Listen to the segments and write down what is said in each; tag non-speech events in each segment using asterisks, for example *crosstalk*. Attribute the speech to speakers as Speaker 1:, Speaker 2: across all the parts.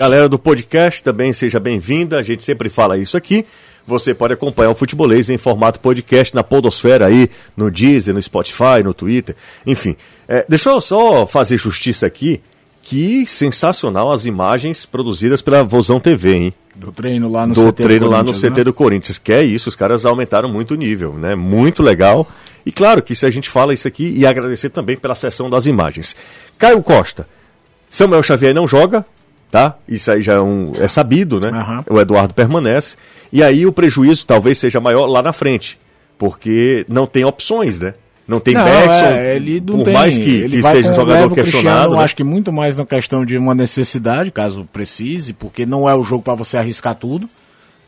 Speaker 1: Galera do podcast, também seja bem-vinda. A gente sempre fala isso aqui. Você pode acompanhar o Futebolês em formato podcast na Podosfera aí, no Deezer, no Spotify, no Twitter, enfim. É, deixa eu só fazer justiça aqui. Que sensacional as imagens produzidas pela Vozão TV, hein?
Speaker 2: Do treino lá no
Speaker 1: do
Speaker 2: CT
Speaker 1: treino
Speaker 2: do
Speaker 1: lá no
Speaker 2: Corinthians,
Speaker 1: CT
Speaker 2: né?
Speaker 1: do Corinthians. Que é isso, os caras aumentaram muito o nível, né? Muito legal. E claro que se a gente fala isso aqui e agradecer também pela sessão das imagens. Caio Costa, Samuel Xavier não joga, tá? Isso aí já é, um- é sabido, né?
Speaker 2: Aham.
Speaker 1: O Eduardo permanece. E aí o prejuízo talvez seja maior lá na frente, porque não tem opções, né? Não tem
Speaker 2: Não,
Speaker 1: Bergson,
Speaker 2: é, ele não
Speaker 1: por
Speaker 2: tem,
Speaker 1: mais que,
Speaker 2: ele
Speaker 1: que
Speaker 2: vai
Speaker 1: seja um
Speaker 2: com- leva
Speaker 1: jogador
Speaker 2: o Cristiano,
Speaker 1: questionado.
Speaker 2: eu
Speaker 1: né?
Speaker 2: acho que muito mais na questão de uma necessidade, caso precise, porque não é o jogo para você arriscar tudo.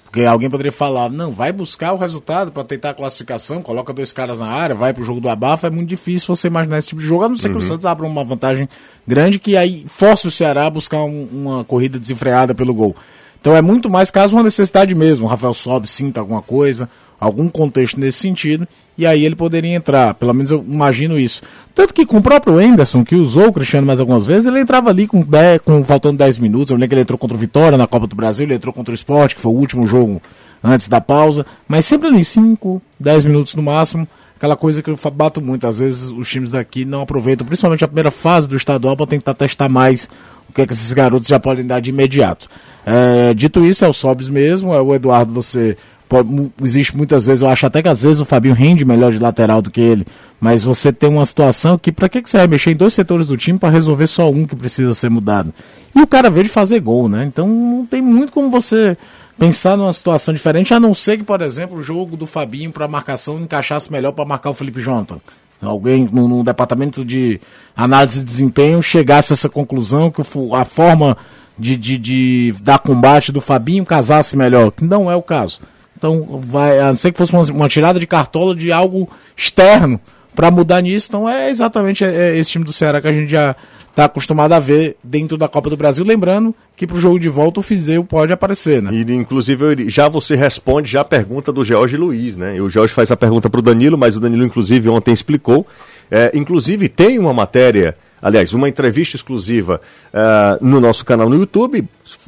Speaker 2: Porque alguém poderia falar, não, vai buscar o resultado para tentar a classificação, coloca dois caras na área, vai pro jogo do abafa, é muito difícil você imaginar esse tipo de jogo, a não ser
Speaker 1: Uhum.
Speaker 2: que o Santos abra uma vantagem grande que aí force o Ceará a buscar um- uma corrida desenfreada pelo gol. Então é muito mais caso uma necessidade mesmo, o Rafael sobe, sinta alguma coisa, algum contexto nesse sentido, e aí ele poderia entrar, pelo menos eu imagino isso. Tanto que com o próprio Anderson, que usou o Cristiano mais algumas vezes, ele entrava ali com, 10, com faltando 10 minutos, eu lembro que ele entrou contra o Vitória na Copa do Brasil, ele entrou contra o Sport, que foi o último jogo antes da pausa, mas sempre ali 5, 10 minutos no máximo. Aquela coisa que eu fa- bato muito, às vezes os times daqui não aproveitam, principalmente a primeira fase do estadual, para tentar testar mais o que, é que esses garotos já podem dar de imediato. É, dito isso, é o Sobs mesmo, é o Eduardo, você. pode- mu- existe muitas vezes, eu acho até que às vezes o Fabinho rende melhor de lateral do que ele, mas você tem uma situação que para que, que você vai mexer em dois setores do time para resolver só um que precisa ser mudado? E o cara veio de fazer gol, né? Então não tem muito como você pensar numa situação diferente, a não ser que, por exemplo, o jogo do Fabinho para marcação encaixasse melhor para marcar o Felipe Jonathan. Alguém no, no departamento de análise de desempenho chegasse a essa conclusão que o fu- a forma de, de, de dar combate do Fabinho casasse melhor, que não é o caso. Então, vai, a não ser que fosse uma, uma tirada de cartola de algo externo para mudar nisso, então é exatamente é, é esse time do Ceará que a gente já está acostumado a ver dentro da Copa do Brasil. Lembrando que para o jogo de volta o Fizeu pode aparecer, né?
Speaker 1: E, inclusive, eu- já você responde já a pergunta do Jorge Luiz, né? E o Jorge faz a pergunta para o Danilo, mas o Danilo, inclusive, ontem explicou. É, inclusive, tem uma matéria, aliás, uma entrevista exclusiva ah, no nosso canal no YouTube,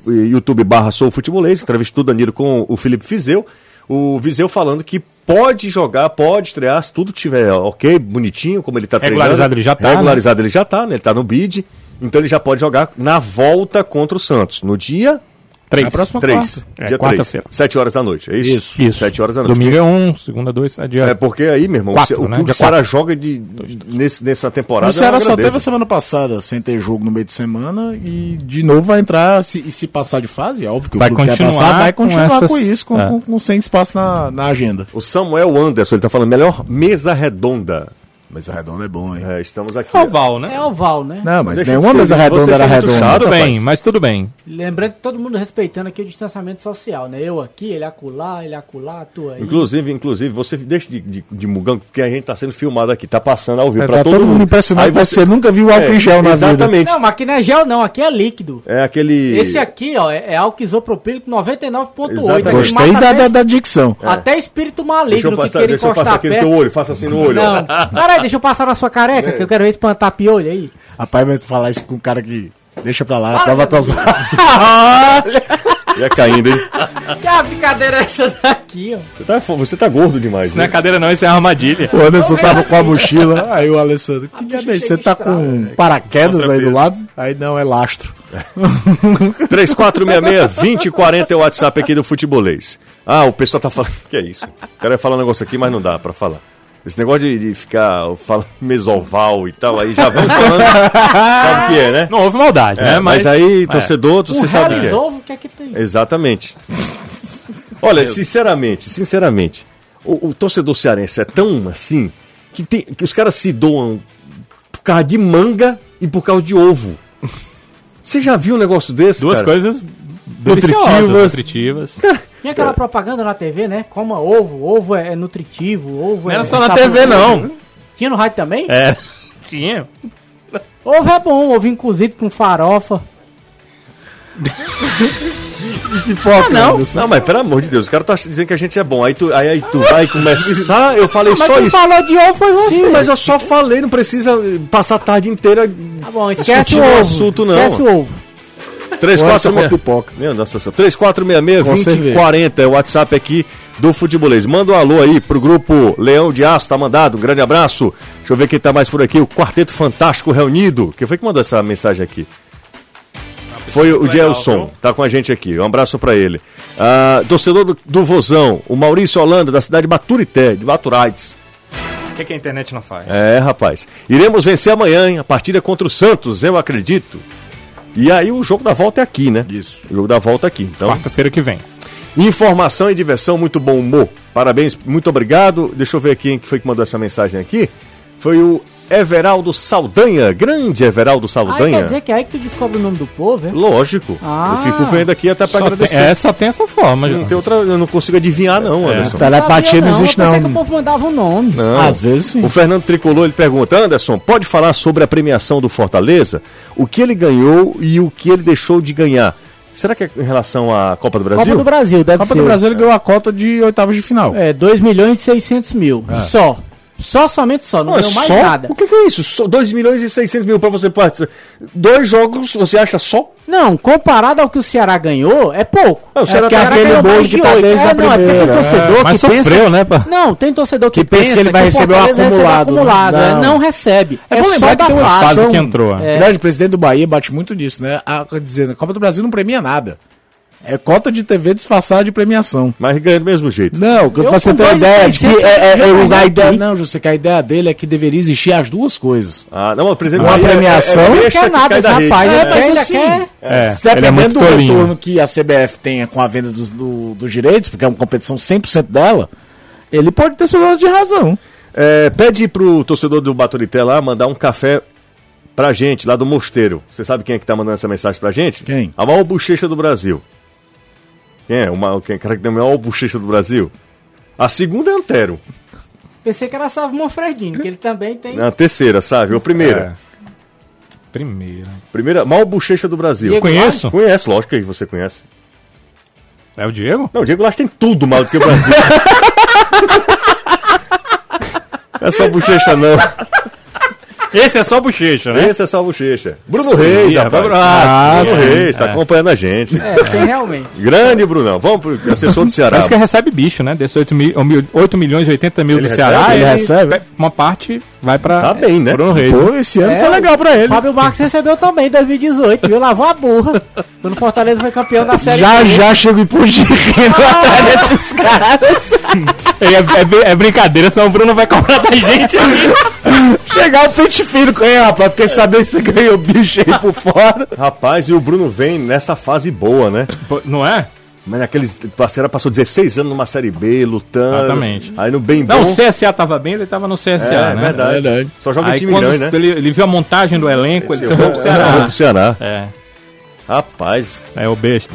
Speaker 1: YouTube barra Sou Futebolês, entrevista do Danilo com o Felipe Fizeu. O Viseu falando que pode jogar, pode estrear, se tudo tiver ok, bonitinho, como ele está
Speaker 3: Regularizado ele já tá, né?
Speaker 1: Regularizado ele já tá, né? Ele tá no bid, então ele já pode jogar na volta contra o Santos. No dia
Speaker 3: Três.
Speaker 2: Na próxima
Speaker 1: Três.
Speaker 3: É,
Speaker 1: Dia
Speaker 3: quarta-feira.
Speaker 1: 7 horas da noite, é isso?
Speaker 2: Isso.
Speaker 3: Isso.
Speaker 1: 7 horas da noite.
Speaker 3: Domingo é um, segunda dois,
Speaker 1: É
Speaker 3: adiante.
Speaker 1: porque aí, meu irmão,
Speaker 3: Quatro,
Speaker 1: o,
Speaker 3: né?
Speaker 1: que o
Speaker 3: Dia
Speaker 1: Ceará joga de, nesse- nessa temporada.
Speaker 2: O Ceará
Speaker 1: é
Speaker 2: só
Speaker 1: uma
Speaker 2: teve a
Speaker 1: grandeza.
Speaker 2: semana passada sem ter jogo no meio de semana e de novo vai entrar se, e se passar de fase, é óbvio que
Speaker 3: Vai
Speaker 2: o clube quer
Speaker 3: continuar
Speaker 2: passar, vai
Speaker 3: com
Speaker 2: continuar com,
Speaker 3: essas-
Speaker 2: isso, com,
Speaker 3: é.
Speaker 2: com- com- sem espaço na, na agenda.
Speaker 1: O Samuel Anderson, ele tá falando, melhor mesa redonda.
Speaker 2: Mas a redonda é bom, hein?
Speaker 1: É, estamos aqui.
Speaker 2: Ah,
Speaker 3: oval, né?
Speaker 4: É oval, né?
Speaker 2: Não, mas
Speaker 1: Deixa
Speaker 2: nenhuma
Speaker 1: de ser
Speaker 2: mesa
Speaker 1: isso,
Speaker 2: redonda
Speaker 1: vocês
Speaker 2: era
Speaker 1: são muito
Speaker 2: redonda.
Speaker 1: chato.
Speaker 3: Tudo
Speaker 1: rapaz.
Speaker 3: bem, mas tudo bem.
Speaker 4: Lembrando que todo mundo respeitando aqui o distanciamento social, né? Eu aqui, ele acolá, ele acolá, tu aí.
Speaker 1: Inclusive, inclusive, você deixa de, de, de mugango, porque a gente tá sendo filmado aqui, tá passando ao vivo
Speaker 2: É,
Speaker 1: pra
Speaker 2: tá todo, mundo impressionado
Speaker 1: Aí
Speaker 2: que você nunca viu
Speaker 1: É,
Speaker 2: álcool em gel na vida.
Speaker 1: Exatamente.
Speaker 4: Não, mas aqui não é gel não, aqui é líquido.
Speaker 1: É aquele...
Speaker 4: Esse aqui, ó, é, é álcool isopropílico 99.8.
Speaker 1: Exatamente.
Speaker 4: Ele
Speaker 2: Gostei
Speaker 4: mata
Speaker 2: da,
Speaker 4: até,
Speaker 2: da, da dicção.
Speaker 4: até espírito
Speaker 1: É. Deixa eu
Speaker 4: maligno que
Speaker 1: passar,
Speaker 4: queira
Speaker 1: deixa eu
Speaker 4: encostar
Speaker 1: passar aqui no
Speaker 4: perto.
Speaker 1: teu olho, faça assim no olho. ó.
Speaker 4: Não, peraí, deixa eu passar na sua careca, que eu quero ver espantar piolho aí.
Speaker 2: Rapaz, mas tu falar isso com um cara que deixa pra lá,
Speaker 4: Para,
Speaker 2: prova
Speaker 4: meu
Speaker 2: teus
Speaker 1: Ia caindo, hein?
Speaker 4: Que a brincadeira é essa daqui, ó.
Speaker 1: Você tá, fo- você tá gordo demais.
Speaker 3: Isso não é
Speaker 1: Né?
Speaker 3: cadeira, não, isso é armadilha.
Speaker 2: O Anderson tava com a mochila, aí o Alessandro, que
Speaker 4: A
Speaker 2: diabo é
Speaker 4: mochila
Speaker 2: esse? Você tá com
Speaker 4: registrada.
Speaker 2: paraquedas aí do lado? Aí não, é lastro.
Speaker 1: 3466-2040 é o WhatsApp aqui do Futebolês. Ah, o pessoal tá falando. Que é isso? O cara ia falar um negócio aqui, mas não dá pra falar. Esse negócio de, de ficar falando mesoval e tal, aí já vamos falando. sabe o que é, né?
Speaker 3: Não houve maldade,
Speaker 1: É,
Speaker 3: né?
Speaker 1: mas, aí, torcedor,
Speaker 4: O
Speaker 1: você sabe o que é.
Speaker 4: realizou, o que é que tem?
Speaker 1: Exatamente. Olha, sinceramente, sinceramente, o, o torcedor cearense é tão assim que, tem, que os caras se doam por causa de manga e por causa de ovo. Você já viu um negócio desse?
Speaker 3: Duas
Speaker 1: cara?
Speaker 3: coisas deliciosas, nutritivas.
Speaker 4: Tinha aquela propaganda na TV, né? Coma ovo, ovo é, é nutritivo, ovo
Speaker 3: Não
Speaker 4: é...
Speaker 3: era só
Speaker 4: é
Speaker 3: na
Speaker 4: saboroso.
Speaker 3: TV, não.
Speaker 4: Tinha no rádio também?
Speaker 1: É,
Speaker 3: Era. Tinha.
Speaker 4: Ovo é bom, ovo cozido com farofa.
Speaker 2: Pipoca,
Speaker 4: não.
Speaker 2: Anderson.
Speaker 1: Não, mas pelo amor de Deus, o cara tá dizendo que a gente é bom. Aí tu, aí, aí tu vai começar, eu falei
Speaker 4: Mas
Speaker 1: É só
Speaker 4: quem
Speaker 1: isso.
Speaker 4: falou de ovo foi você.
Speaker 1: Sim, mas eu só falei, não precisa eh, passar a tarde inteira.
Speaker 4: Tá bom, esquece
Speaker 1: Discutir
Speaker 4: o
Speaker 1: o
Speaker 4: ovo.
Speaker 1: assunto, não.
Speaker 4: Esquece o ovo.
Speaker 2: com a
Speaker 1: 3466.
Speaker 2: pipoca.
Speaker 1: Meu Deus do céu. 3466
Speaker 2: Com cerveja.
Speaker 1: 2040 é o WhatsApp aqui do Futebolês. Manda um alô aí pro grupo Leão de Aço, tá mandado. Um grande abraço. Deixa eu ver quem tá mais por aqui. O Quarteto Fantástico Reunido. Quem foi que mandou essa mensagem aqui? Foi o
Speaker 3: Legal,
Speaker 1: Gelson,
Speaker 3: viu?
Speaker 1: tá com a gente aqui. Um abraço pra ele. Ah, torcedor do, do Vozão, o Maurício Holanda, da cidade de Baturité, de Baturaites.
Speaker 3: O que, que a internet não faz?
Speaker 1: É, rapaz. Iremos vencer amanhã, hein? A partida é contra o Santos, eu acredito. E aí o jogo da volta é aqui, né?
Speaker 2: Isso.
Speaker 1: O jogo da volta é aqui. Então,
Speaker 3: Quarta-feira que vem.
Speaker 1: informação e diversão, muito bom humor. Parabéns, muito obrigado. Deixa eu ver aqui quem que foi que mandou essa mensagem aqui. Foi o Everaldo Saldanha, grande Everaldo
Speaker 4: Ah, quer
Speaker 1: Saldanha.
Speaker 4: dizer que é aí que tu descobre o nome do povo, é?
Speaker 1: Lógico.
Speaker 4: Ah.
Speaker 1: eu fico vendo aqui até pra
Speaker 3: Só tem,
Speaker 1: agradecer.
Speaker 3: é, só tem essa forma,
Speaker 1: Não
Speaker 3: João. É. Tá.
Speaker 1: tem um outra, eu não consigo adivinhar não, Anderson.
Speaker 2: Telepatia não existe,
Speaker 4: Eu pensei
Speaker 2: não.
Speaker 4: que o povo mandava um nome.
Speaker 1: Não.
Speaker 2: Às vezes sim.
Speaker 1: O Fernando Tricolor ele pergunta: Anderson, pode falar sobre a premiação do Fortaleza? O que ele ganhou e o que ele deixou de ganhar? Será que é em relação à Copa do Brasil?
Speaker 4: Copa do Brasil, deve
Speaker 2: Copa
Speaker 4: ser.
Speaker 2: do Brasil ele ganhou a cota de oitavas de final.
Speaker 4: É, 2 milhões e 600 mil. Só. Só, somente só. Não,
Speaker 1: Não, é
Speaker 4: ganhou mais
Speaker 1: só?
Speaker 4: nada.
Speaker 1: O que, que é isso? Só 2 milhões e 600 mil pra você participar. Dois jogos, você acha só?
Speaker 4: Não, comparado ao que o Ceará ganhou, é pouco.
Speaker 1: É, o Ceará
Speaker 4: porque
Speaker 1: tá
Speaker 4: Ceará
Speaker 2: aquele
Speaker 4: ganhou
Speaker 2: bolo
Speaker 4: mais
Speaker 2: que
Speaker 4: de
Speaker 2: tá
Speaker 4: oito.
Speaker 2: desde
Speaker 4: é,
Speaker 2: a
Speaker 4: não, é porque
Speaker 2: primeira,
Speaker 4: Tem torcedor
Speaker 3: Mas
Speaker 4: que pensa...
Speaker 3: sofreu, né? Pá?
Speaker 4: Não, tem torcedor que,
Speaker 2: Que pensa que ele vai
Speaker 4: o
Speaker 2: receber o
Speaker 4: Fortaleza recebeu
Speaker 2: acumulado, né?
Speaker 4: acumulado, é, Não.
Speaker 2: Não.
Speaker 4: recebe. É,
Speaker 2: bom
Speaker 4: só
Speaker 2: lembrar
Speaker 4: da
Speaker 2: que tem uma
Speaker 4: fase.
Speaker 2: situação-
Speaker 3: que entrou, é.
Speaker 2: O grande presidente do Bahia bate muito nisso, né? A, dizendo, a Copa do Brasil não premia nada. É cota de TV disfarçada de premiação.
Speaker 1: Mas ganha do mesmo jeito.
Speaker 2: Não,
Speaker 4: Eu
Speaker 2: pra você
Speaker 4: com
Speaker 2: ter uma
Speaker 4: dois
Speaker 2: ideia, de que
Speaker 4: seiscentos,
Speaker 2: é, é,
Speaker 4: eu
Speaker 2: é,
Speaker 4: ganhei
Speaker 2: a ideia,
Speaker 4: aqui.
Speaker 2: não, José, que a ideia dele é que deveria existir as duas coisas.
Speaker 1: Ah, não, o presidente
Speaker 2: Uma
Speaker 1: do Bahia é-
Speaker 2: premiação?
Speaker 1: é
Speaker 2: Não
Speaker 1: besta
Speaker 4: Não quer
Speaker 1: que
Speaker 4: nada,
Speaker 1: cai
Speaker 4: esse
Speaker 1: da rede,
Speaker 4: rapaz.
Speaker 1: né?
Speaker 4: Ele quer, ele quer.
Speaker 3: É,
Speaker 2: se
Speaker 3: ele é
Speaker 2: dependendo
Speaker 3: muito
Speaker 2: do
Speaker 3: tolinho.
Speaker 2: retorno que a CBF tenha com a venda dos, do- dos direitos, porque é uma competição 100% dela, ele pode ter seu lado de razão.
Speaker 1: É, pede pro torcedor do Baturité lá mandar um café pra gente, lá do Mosteiro. Você sabe quem é que tá mandando essa mensagem pra gente?
Speaker 2: Quem?
Speaker 1: A maior bochecha do Brasil. Quem é? Uma, quem, cara que tem a maior bochecha do Brasil? A segunda é Antero.
Speaker 4: Pensei que era Salvo Manfredini, que ele também tem.
Speaker 1: A terceira, sabe? A primeira.
Speaker 3: É. Primeira.
Speaker 1: Primeira, maior bochecha do Brasil.
Speaker 4: Diego
Speaker 3: Conheço.
Speaker 1: Conhece, lógico que você conhece.
Speaker 3: É o Diego?
Speaker 1: Não, o Diego Lages tem tudo mal do que o Brasil. Essa bochecha não. né?
Speaker 3: Esse é só bochecha, né?
Speaker 1: Essa é só a bochecha. Bruno
Speaker 3: Sim,
Speaker 1: Reis, rapaz.
Speaker 3: rapaz.
Speaker 1: Ah, Bruno
Speaker 3: sim.
Speaker 1: Reis, tá
Speaker 3: É.
Speaker 1: acompanhando a gente.
Speaker 4: É, tem realmente.
Speaker 1: Grande, Brunão. Vamos pro assessor do Ceará.
Speaker 3: Parece que recebe bicho, né? Desses 8, mil, 8 milhões e 80 mil
Speaker 1: Ele
Speaker 3: do Ceará.
Speaker 1: recebe?
Speaker 2: Ele recebe?
Speaker 3: pe- Uma parte vai pra.
Speaker 1: Tá bem, né?
Speaker 3: Bruno Reis.
Speaker 2: Pô, esse ano
Speaker 4: É,
Speaker 2: foi legal pra ele.
Speaker 4: Fábio Marques recebeu também em 2018, viu? Lavou a burra. Quando o Fortaleza foi campeão da Série
Speaker 2: Já,
Speaker 4: B.
Speaker 2: já chego imposto de renda atrás desses caras.
Speaker 3: É, é brin- é brincadeira, senão o Bruno vai comprar da gente aqui.
Speaker 2: Chegar o pente fino com ele, rapaz. Fiquei sabendo se você ganhou bicho aí por fora.
Speaker 1: É. Rapaz, e o Bruno vem nessa fase boa, né?
Speaker 3: Pô, Não é?
Speaker 1: Mas naqueles. Parceira passou 16 anos numa Série B, lutando.
Speaker 3: Exatamente.
Speaker 1: Aí no bem
Speaker 3: Não,
Speaker 1: bom.
Speaker 3: o CSA tava bem, ele tava no CSA,
Speaker 1: é, é
Speaker 3: né?
Speaker 1: verdade.
Speaker 2: Verdade.
Speaker 1: Só joga em
Speaker 3: Aí
Speaker 1: time
Speaker 3: quando
Speaker 1: grande, né?
Speaker 3: ele, ele viu a montagem do elenco, ele
Speaker 1: Esse é
Speaker 3: se foi pro
Speaker 1: Eu vou
Speaker 3: Ceará.
Speaker 1: pro Ceará.
Speaker 3: É,
Speaker 1: Rapaz,
Speaker 3: é o besta.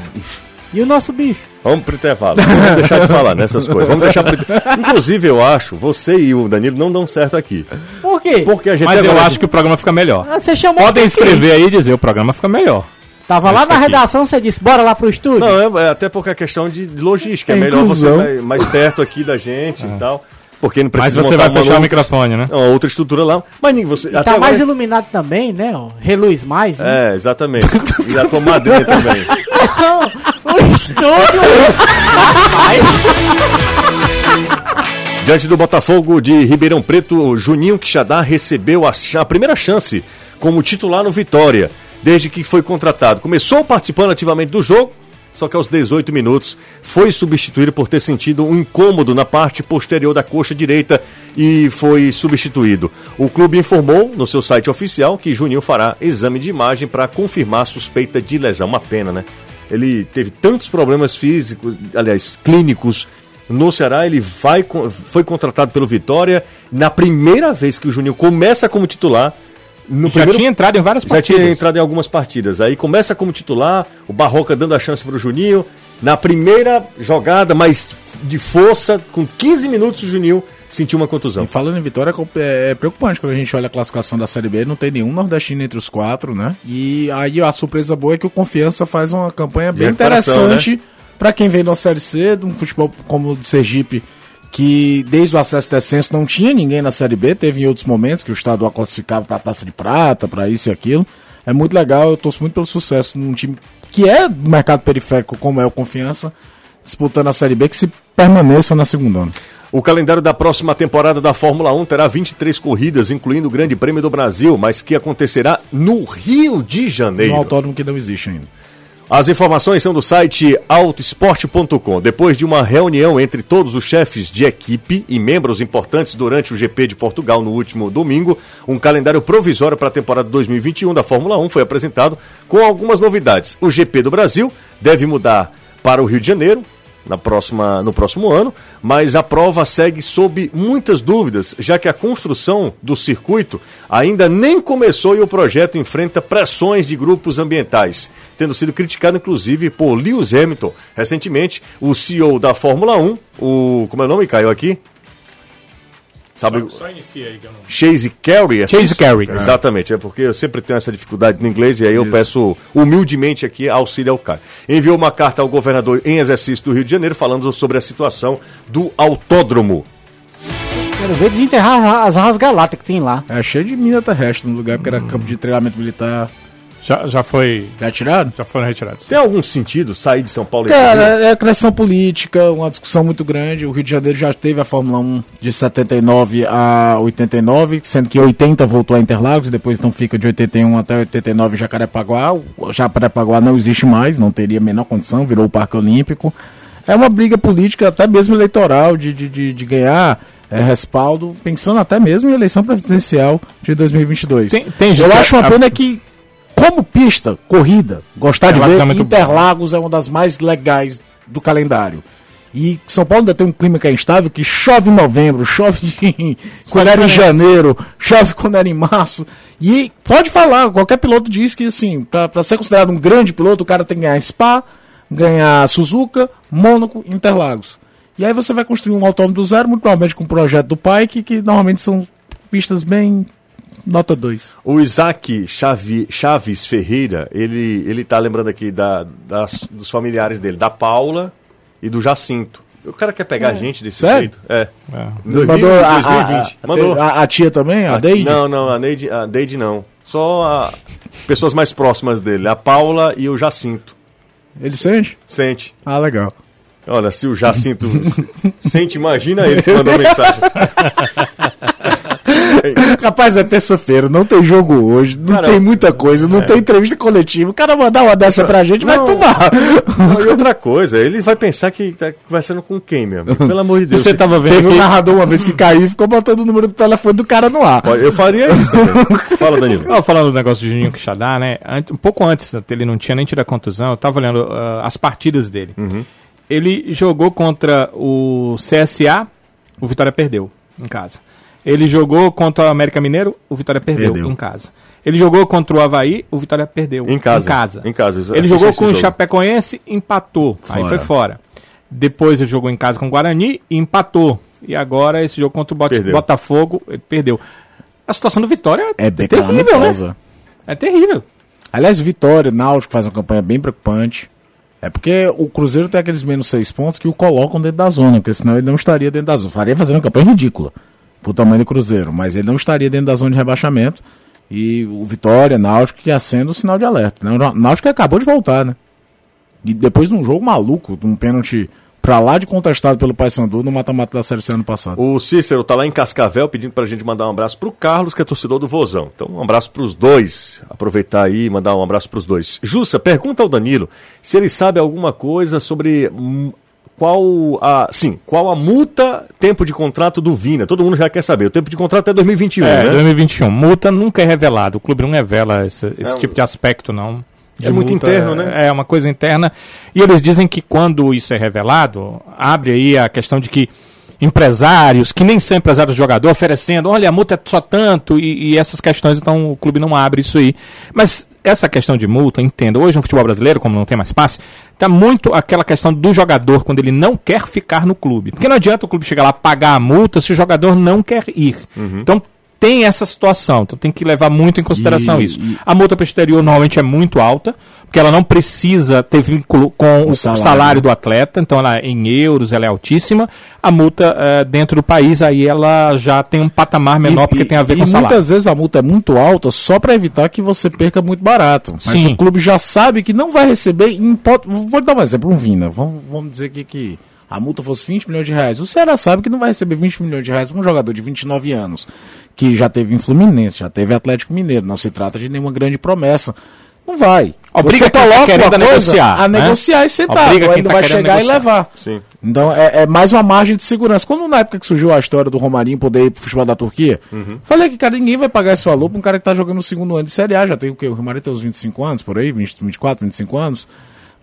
Speaker 4: E o nosso bicho?
Speaker 1: vamos pro intervalo. né? Vamos deixar de falar nessas coisas. Vamos deixar pro... Inclusive, eu acho, você e o Danilo não dão certo aqui.
Speaker 4: Por quê?
Speaker 1: Porque a gente é
Speaker 3: Mas eu
Speaker 1: agora-
Speaker 3: acho que o programa fica melhor.
Speaker 4: Ah, Você chamou
Speaker 3: Podem
Speaker 4: quem que
Speaker 3: escrever aí e dizer, o programa fica melhor.
Speaker 4: Tava lá
Speaker 3: Isso
Speaker 4: na
Speaker 3: aqui.
Speaker 4: redação, você disse, bora lá pro estúdio? Tá
Speaker 1: Não, é, é até porque a questão de de logística. É,
Speaker 2: É
Speaker 1: melhor você
Speaker 2: inclusão.
Speaker 1: mais- mais perto aqui da gente e tal. Porque não
Speaker 3: É. Mas
Speaker 1: precisa
Speaker 3: você vai
Speaker 1: montar uma
Speaker 3: fechar o
Speaker 1: outra-
Speaker 3: microfone, né?
Speaker 1: Não, outra estrutura lá. Mas nem você.
Speaker 4: E tá mais iluminado também, né? ó, reluz mais. né?
Speaker 1: É, exatamente. E a tua madrinha também.
Speaker 4: Então, o *laughs* estúdio.
Speaker 1: Diante do Botafogo de Ribeirão Preto, o Juninho Quixadá recebeu a, cha- a primeira chance como titular no Vitória, desde que foi contratado. Começou participando ativamente do jogo, só que aos 18 minutos foi substituído por ter sentido um incômodo na parte posterior da coxa direita e foi substituído. O clube informou no seu site oficial que Juninho fará exame de imagem para confirmar a suspeita de lesão. Uma pena, né? Ele teve tantos problemas físicos, aliás, clínicos, no Ceará, ele vai, co- foi contratado pelo Vitória. Na primeira vez que o Juninho começa como titular, no
Speaker 3: Já
Speaker 1: primeiro-
Speaker 3: tinha entrado em várias
Speaker 1: já
Speaker 3: partidas.
Speaker 1: tinha entrado em algumas partidas. Aí começa como titular, o Barroca dando a chance para o Juninho. Na primeira jogada, mas de força, com 15 minutos, o Juninho sentiu uma contusão.
Speaker 2: Falando em vitória, é co- é é preocupante quando a gente olha a classificação da Série B. Não tem nenhum nordestino entre os quatro, né? E aí a surpresa boa é que o Confiança faz uma campanha bem
Speaker 1: recuperação,
Speaker 2: interessante pra quem vem da Série C, de um futebol como o de Sergipe, que desde o acesso e descenso não tinha ninguém na Série B. Teve em outros momentos que o estadual classificava pra Taça de Prata, pra isso e aquilo. É muito legal, eu torço muito pelo sucesso num time que é mercado periférico, como é o Confiança, disputando a Série B, que se permaneça na segunda ano.
Speaker 1: O calendário da próxima temporada da Fórmula 1 terá 23 corridas, incluindo o Grande Prêmio do Brasil, mas que acontecerá no Rio de
Speaker 2: Um
Speaker 1: Janeiro.
Speaker 2: autódromo que não existe ainda.
Speaker 1: As informações são do site autoesporte.com. Depois de uma reunião entre todos os chefes de equipe e membros importantes durante o GP de Portugal no último domingo, um calendário provisório para a temporada 2021 da Fórmula 1 foi apresentado com algumas novidades. O GP do Brasil deve mudar para o Rio de Janeiro na próxima, no próximo ano, mas a prova segue sob muitas dúvidas, já que a construção do circuito ainda nem começou e o projeto enfrenta pressões de grupos ambientais, tendo sido criticado inclusive por Lewis Hamilton. Recentemente, o CEO da Fórmula 1, o como é o nome caiu aqui? Sabe,
Speaker 5: Só inicia aí que eu não.
Speaker 1: Chase Carey. é
Speaker 6: Chase
Speaker 1: isso?
Speaker 6: Carey.
Speaker 1: Exatamente, é porque eu sempre tenho essa dificuldade no inglês e aí eu peço humildemente aqui auxílio ao cara. Enviou uma carta ao governador em exercício do Rio de Janeiro falando sobre a situação do autódromo.
Speaker 4: Quero ver desenterrar as ra- as rasgalatas que tem lá.
Speaker 2: É cheio de mina terrestre no lugar, porque era campo de treinamento militar.
Speaker 5: Já, já foi.
Speaker 2: Já tiraram?
Speaker 5: Já foram retirados.
Speaker 1: Tem algum sentido sair de São Paulo e
Speaker 2: Cara, é questão política, uma discussão muito grande. O Rio de Janeiro já teve a Fórmula 1 de 79 a 89, sendo que 80 voltou a Interlagos, depois então fica de 81 até 89 em Jacarepaguá. O Jacarepaguá não existe mais, não teria a menor condição, virou o Parque Olímpico. É uma briga política, até mesmo eleitoral, de, de, de, de ganhar eh, respaldo, pensando até mesmo em eleição presidencial de 2022.
Speaker 6: Tem- tem
Speaker 2: Eu
Speaker 6: gente-
Speaker 2: acho uma
Speaker 6: a-
Speaker 2: pena é que como pista, corrida, gostar de
Speaker 6: Interlagos
Speaker 2: ver,
Speaker 6: é muito bom.
Speaker 2: Interlagos é uma das mais legais do calendário. E São Paulo ainda tem um clima que é instável, que chove em novembro, chove em- quando era em janeiro, chove quando era em março. E pode falar, qualquer piloto diz que, assim, para ser considerado um grande piloto, o cara tem que ganhar Spa, ganhar Suzuka, Mônaco, Interlagos. E aí você vai construir um autônomo do zero, muito provavelmente com o projeto do Pike, que normalmente são pistas bem nota 2.
Speaker 1: O Isaac Chavi- Chaves Ferreira, ele, ele tá lembrando aqui da, das- dos familiares dele, da Paula e do Jacinto. O cara quer pegar a gente desse
Speaker 2: Hum. Sério?
Speaker 1: jeito. É.
Speaker 5: É.
Speaker 1: No
Speaker 2: Mandou
Speaker 1: Rio de
Speaker 2: a, a-
Speaker 1: 2020.
Speaker 2: a-
Speaker 1: Mandou.
Speaker 2: a- a tia também, a,
Speaker 1: A-
Speaker 2: Deide?
Speaker 1: Ah, Não, não, a Neide, a Neide não. Só a- pessoas mais próximas dele, a Paula e o Jacinto.
Speaker 2: Ele sente?
Speaker 1: Sente.
Speaker 2: Ah, legal.
Speaker 1: Olha, se o Jacinto sente, imagina ele que mandou mensagem.
Speaker 2: *laughs* Rapaz, é terça-feira, não tem jogo hoje, não
Speaker 1: Cara,
Speaker 2: tem muita coisa, não tem entrevista coletiva. O cara mandar uma dessa pra gente, vai
Speaker 1: Não.
Speaker 2: tomar.
Speaker 1: Não, e outra coisa, ele vai pensar que tá conversando com quem, meu amigo?
Speaker 2: *laughs*
Speaker 1: Pelo amor de Deus.
Speaker 6: Você tava
Speaker 2: Teve
Speaker 6: vendo
Speaker 2: um
Speaker 6: que...
Speaker 2: narrador uma vez que caiu e ficou botando o número do telefone do cara no ar.
Speaker 1: Eu faria isso
Speaker 2: *laughs*
Speaker 1: também. Fala, Danilo.
Speaker 6: Não, falando do negócio do Juninho Quixadá, né? Ant- Um pouco antes ele não tinha nem tido a contusão, eu tava olhando ah, as partidas dele.
Speaker 1: Uhum.
Speaker 6: Ele jogou contra o CSA, o Vitória perdeu em casa. Ele jogou contra o América Mineiro, o Vitória perdeu,
Speaker 2: Perdeu.
Speaker 6: em casa. Ele jogou contra o Havaí, o Vitória perdeu
Speaker 1: Em casa.
Speaker 6: Em casa.
Speaker 1: Em casa, eu
Speaker 6: Ele
Speaker 1: assisti
Speaker 6: jogou
Speaker 1: esse
Speaker 6: com o
Speaker 1: jogo.
Speaker 6: Chapecoense, empatou. Aí foi fora. Depois ele jogou em casa com o Guarani e empatou. E agora esse jogo contra o Bot-
Speaker 1: Perdeu.
Speaker 6: Botafogo, ele perdeu. A situação do Vitória
Speaker 2: É bem
Speaker 6: terrível, né?
Speaker 2: calamitosa.
Speaker 6: É terrível.
Speaker 2: Aliás, o Vitória, o Náutico faz uma campanha bem preocupante. É porque o Cruzeiro tem aqueles menos seis pontos que o colocam dentro da zona, porque senão ele não estaria dentro da zona. Faria fazendo uma campanha ridícula pro tamanho do Cruzeiro, mas ele não estaria dentro da zona de rebaixamento. E o Vitória, Náutico, que acende o sinal de alerta. Né? O Náutico acabou de voltar, né? E depois de um jogo maluco, de um pênalti pra lá de contestado pelo Paysandu no mata-mata da Série C ano passado.
Speaker 1: O Cícero tá lá em Cascavel pedindo pra gente mandar um abraço pro Carlos, que é torcedor do Vozão. Então, um abraço pros dois. Aproveitar aí e mandar um abraço pros dois. Jussa, pergunta ao Danilo se ele sabe alguma coisa sobre hum, qual a, sim, qual a multa tempo de contrato do Vina. Todo mundo já quer saber. O tempo de contrato é 2021,
Speaker 6: É,
Speaker 1: né?
Speaker 6: 2021. Multa nunca é revelada. O clube não revela esse, esse
Speaker 1: É,
Speaker 6: tipo de aspecto, não. De
Speaker 1: é muito interno,
Speaker 6: é-
Speaker 1: né?
Speaker 6: É uma coisa interna. E eles dizem que quando isso é revelado, abre aí a questão de que empresários, que nem são empresários do jogador, oferecendo, olha, a multa é só tanto, e, e essas questões, então o clube não abre isso aí. Mas essa questão de multa, entenda, hoje no futebol brasileiro, como não tem mais passe, tá muito aquela questão do jogador quando ele não quer ficar no clube. Porque não adianta o clube chegar lá pagar a multa se o jogador não quer ir. Então tem essa situação, então tem que levar muito em consideração
Speaker 2: E-
Speaker 6: isso.
Speaker 2: e-
Speaker 6: A multa para o exterior normalmente é muito alta,
Speaker 3: porque ela não precisa ter vínculo com o,
Speaker 2: salário. né?
Speaker 3: salário, do atleta, então ela é em euros ela é altíssima. A multa eh, dentro do país aí ela já tem um patamar menor porque tem a ver com o
Speaker 2: e
Speaker 3: salário.
Speaker 2: muitas vezes a multa é muito alta só para evitar que você perca muito barato. Mas
Speaker 3: Sim.
Speaker 2: o clube já sabe que não vai receber em hipótese- Vou dar um exemplo, um Vina. Vamos, vamos dizer que, que a multa fosse 20 milhões de reais. O Ceará sabe que não vai receber 20 milhões de reais pra um jogador de 29 anos, que já teve em Fluminense, já teve Atlético Mineiro. Não se trata de nenhuma grande promessa. Não vai.
Speaker 3: Obriga
Speaker 2: Você
Speaker 3: quem tá
Speaker 2: coloca
Speaker 3: querendo
Speaker 2: uma
Speaker 3: a negociar,
Speaker 2: a
Speaker 3: né?
Speaker 2: negociar e sentar.
Speaker 3: Obriga
Speaker 2: Agora
Speaker 3: quem
Speaker 2: ele
Speaker 3: tá
Speaker 2: vai
Speaker 3: querendo
Speaker 2: chegar e
Speaker 3: negociar.
Speaker 2: levar.
Speaker 1: Sim.
Speaker 2: Então é, é mais uma margem de segurança. Quando na época que surgiu a história do Romarinho poder ir pro futebol da Turquia, falei que, cara, ninguém vai pagar esse valor pra um cara que tá jogando o segundo ano de Série A. Já tem o quê? O Romarinho tem uns 25 anos, por aí, 20, 24, 25 anos.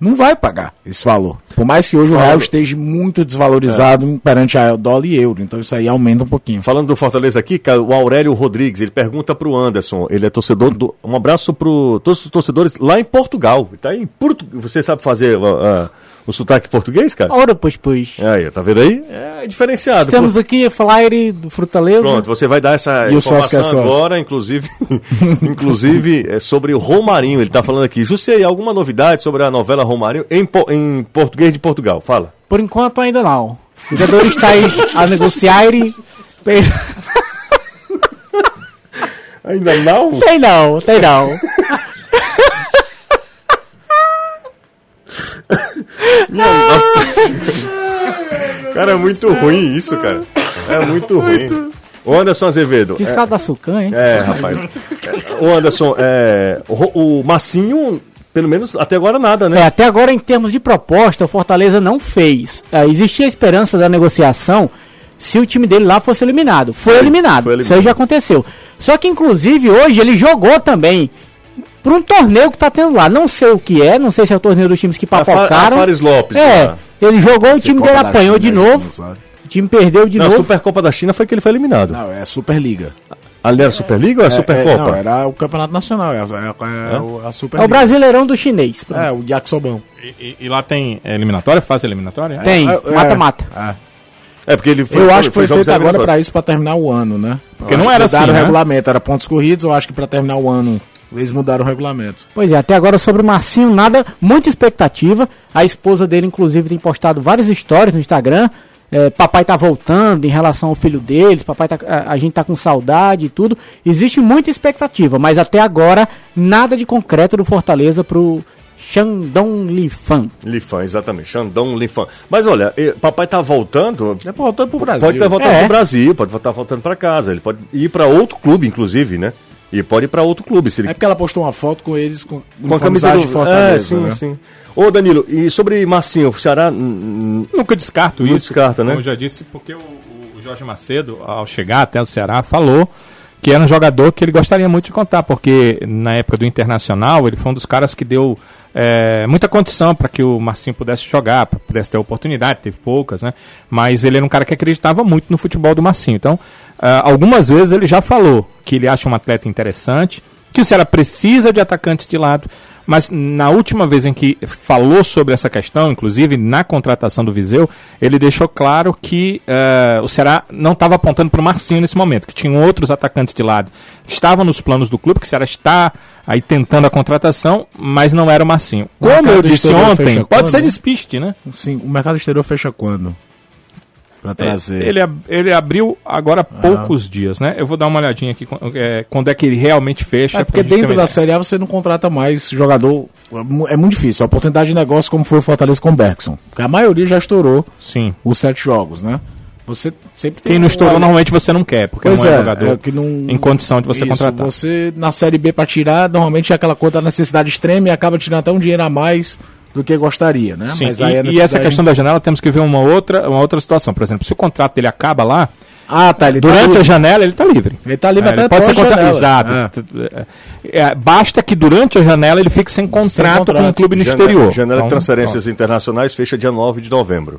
Speaker 2: Não vai pagar esse valor. Por mais que hoje o real esteja muito desvalorizado em- perante a dólar e euro. Então isso aí aumenta um pouquinho.
Speaker 1: Falando do Fortaleza aqui, cara, o Aurélio Rodrigues, ele pergunta pro Anderson, ele é torcedor do. Um abraço pro todos os torcedores lá em Portugal. Tá em Portu... Você sabe fazer ah, ah, o sotaque português, cara?
Speaker 4: Ora, pois, pois.
Speaker 1: É, Aí, tá vendo aí? É diferenciado. pô.
Speaker 4: Estamos aqui a falar do Fortaleza.
Speaker 1: Pronto, você vai dar essa
Speaker 2: E o Sócio que é
Speaker 1: informação
Speaker 2: sócio?
Speaker 1: agora, inclusive, *laughs* inclusive é sobre o Romarinho. Ele tá falando aqui. Jussei, alguma novidade sobre a novela Romarinho em, po- em português de Portugal? Fala.
Speaker 4: Por enquanto ainda não. Os jogadores estáis a negociar e... *laughs* Tem
Speaker 1: Ainda *laughs* não?
Speaker 4: tem não, tem não.
Speaker 1: Cara, é muito ruim isso, cara. É muito ruim. Ô Anderson Azevedo. é-
Speaker 4: Fiscal da Sucan, hein?
Speaker 1: É, rapaz. É, Ô, Anderson, é, o, Ro- o Massinho, pelo menos até agora nada,
Speaker 4: É,
Speaker 1: né?
Speaker 4: até agora, em termos de proposta, o Fortaleza não fez. É, existia a esperança da negociação se o time dele lá fosse eliminado. Foi, eliminado.
Speaker 1: foi eliminado.
Speaker 4: Isso aí já aconteceu. Só que, inclusive, hoje ele jogou também por um torneio que tá tendo lá. Não sei o que é, não sei se é o torneio dos times que
Speaker 1: A Fa- a
Speaker 4: papocaram.
Speaker 1: Fares Lopes.
Speaker 4: é,
Speaker 1: né?
Speaker 4: ele jogou, o time
Speaker 2: Copa
Speaker 4: dele
Speaker 2: da
Speaker 4: apanhou
Speaker 2: China,
Speaker 4: de
Speaker 2: né,
Speaker 4: novo,
Speaker 2: não sabe?
Speaker 4: o time perdeu de
Speaker 1: Não, a
Speaker 4: novo. É
Speaker 1: Supercopa da China foi que ele foi eliminado.
Speaker 2: Não, é Superliga.
Speaker 1: Ali era Superliga ou é,
Speaker 2: É, É, não,
Speaker 1: Supercopa?
Speaker 2: era o Campeonato Nacional. É, é- é o- a
Speaker 4: É
Speaker 2: Superliga.
Speaker 4: o brasileirão do chinês. pronto.
Speaker 2: É, o Yakisobão.
Speaker 6: E, e- e lá tem é, eliminatória? Fase eliminatória?
Speaker 4: Tem,
Speaker 2: É, é.
Speaker 4: mata-mata.
Speaker 2: Ah.
Speaker 1: É, porque ele foi,
Speaker 2: Eu acho que foi
Speaker 1: jogos
Speaker 2: feito agora
Speaker 1: eliminatórios.
Speaker 2: pra isso, pra terminar o ano, né?
Speaker 6: Porque
Speaker 2: Eu
Speaker 6: não
Speaker 2: acho
Speaker 6: era
Speaker 2: que mudaram
Speaker 6: assim, né?
Speaker 2: o regulamento, era pontos corridos, eu acho que pra terminar o ano eles mudaram o regulamento.
Speaker 4: Pois é, até agora sobre o Marcinho, nada, muita expectativa. A esposa dele, inclusive, tem postado várias histórias no Instagram. É, papai tá voltando em relação ao filho deles, papai tá- a, a gente tá com saudade e tudo. Existe muita expectativa, mas até agora nada de concreto do Fortaleza pro Shandong Lifan.
Speaker 1: Lifan, exatamente. Xandão Lifan. Mas olha, eh, papai tá voltando.
Speaker 2: É voltando pro Brasil.
Speaker 1: Pode estar voltando
Speaker 4: É.
Speaker 1: pro Brasil, pode estar voltando pra casa. Ele pode ir pra outro clube, inclusive, né? E pode ir pra outro clube, se ele
Speaker 2: É porque ela postou uma foto com eles com,
Speaker 1: Com a camisa
Speaker 2: uniformizado
Speaker 1: do...
Speaker 2: de Fortaleza.
Speaker 1: É, sim,
Speaker 2: né?
Speaker 1: sim. Ô, Danilo, e sobre Marcinho, o Ceará hum, hum,
Speaker 6: Nunca descarto
Speaker 1: Não
Speaker 6: isso.
Speaker 1: descarta, né?
Speaker 6: Como eu já disse, porque o, o Jorge Macedo, ao chegar até o Ceará, falou que era um jogador que ele gostaria muito de contar, porque na época do Internacional ele foi um dos caras que deu eh, muita condição para que o Marcinho pudesse jogar, pra- pudesse ter oportunidade, teve poucas, né? Mas ele era um cara que acreditava muito no futebol do Marcinho. Então, ah, algumas vezes ele já falou que ele acha um atleta interessante, que o Ceará precisa de atacantes de lado, mas na última vez em que falou sobre essa questão, inclusive na contratação do Viseu, ele deixou claro que eh, o Ceará não estava apontando para o Marcinho nesse momento, que tinham outros atacantes de lado que estavam nos planos do clube, que o Ceará está aí tentando a contratação, mas não era o Marcinho. Como eu
Speaker 2: mercado
Speaker 6: disse
Speaker 2: exterior
Speaker 6: ontem,
Speaker 2: fecha
Speaker 6: pode
Speaker 2: quando,
Speaker 6: ser
Speaker 2: né?
Speaker 6: despiste, né?
Speaker 2: Sim, o mercado exterior fecha quando? Pra trazer.
Speaker 6: Ele, é ab- ele abriu agora há
Speaker 2: Ah.
Speaker 6: poucos dias, né? Eu vou dar uma olhadinha aqui quan- eh, quando é que ele realmente
Speaker 2: É
Speaker 6: fecha. pra
Speaker 2: porque
Speaker 6: gente ter
Speaker 2: dentro
Speaker 6: uma
Speaker 2: da
Speaker 6: ideia.
Speaker 2: Série A você não contrata mais jogador. É mu- É muito difícil. A oportunidade de negócio, como foi o Fortaleza com o Bergson. Porque a maioria já estourou
Speaker 6: Sim.
Speaker 2: os sete jogos, né? Você sempre tem
Speaker 6: Quem não
Speaker 2: um-
Speaker 6: estourou normalmente você não quer, porque
Speaker 2: Pois
Speaker 6: não é,
Speaker 2: é,
Speaker 6: jogador
Speaker 2: é que não-
Speaker 6: em condição de você
Speaker 2: Isso,
Speaker 6: contratar.
Speaker 2: Você, na Série B, para tirar, normalmente é aquela conta da necessidade extrema e acaba tirando até um dinheiro a mais do que gostaria, né?
Speaker 6: Sim,
Speaker 2: aí a
Speaker 6: e, e essa
Speaker 2: necessidade-
Speaker 6: questão da janela temos que ver uma outra, uma outra situação. Por exemplo, se o contrato dele acaba lá,
Speaker 2: Ah, tá. Ele
Speaker 6: durante
Speaker 2: tá
Speaker 6: a janela ele está livre.
Speaker 2: Ele tá livre
Speaker 6: É,
Speaker 2: até
Speaker 6: ele pode ser
Speaker 2: pós-janela.
Speaker 6: contabilizado. tá?
Speaker 2: É.
Speaker 6: T- t- é, é, basta que durante a janela ele fique sem contrato, com um
Speaker 2: contrato.
Speaker 6: clube no
Speaker 1: Jane-
Speaker 6: exterior.
Speaker 1: Janela
Speaker 6: Então,
Speaker 1: de transferências internacionais fecha dia 9 de novembro.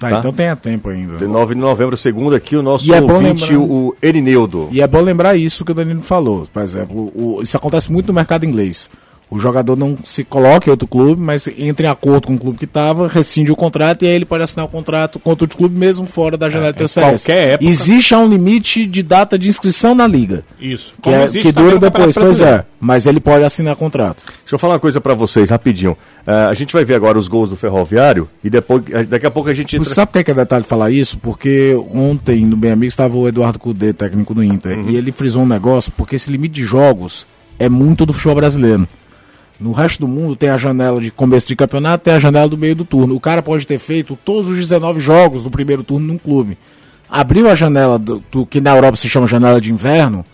Speaker 2: Tá, então tem a tempo ainda.
Speaker 1: De 9 de novembro, segundo aqui, o nosso
Speaker 2: E é bom
Speaker 1: ouvinte,
Speaker 2: lembrar-
Speaker 1: o Erineudo.
Speaker 2: E é bom lembrar isso que o Danilo falou. Por exemplo, o- isso acontece muito no mercado inglês. O jogador não se coloca em outro clube, mas entra em acordo com o clube que estava, rescinde o contrato e aí ele pode assinar o contrato contra outro clube mesmo fora da janela de transferência.
Speaker 6: É, qualquer época.
Speaker 2: Existe um limite de data de inscrição na liga,
Speaker 6: Isso.
Speaker 2: que, é- que
Speaker 6: um
Speaker 2: dura depois, pois é, mas ele pode assinar contrato.
Speaker 1: Deixa eu falar uma coisa pra vocês, rapidinho. Ah, a gente vai ver agora os gols do Ferroviário e depois, é, daqui a pouco a gente entra...
Speaker 2: Sabe por que é que é detalhe falar isso? Porque ontem no Bem Amigo estava o Eduardo Cudê, técnico do Inter,
Speaker 6: Uhum.
Speaker 2: e ele frisou um negócio, porque esse limite de jogos é muito do futebol brasileiro. No resto do mundo tem a janela de começo de campeonato, tem a janela do meio do turno. O cara pode ter feito todos os 19 jogos do primeiro turno num clube. Abriu a janela do, do que na Europa se chama janela de inverno.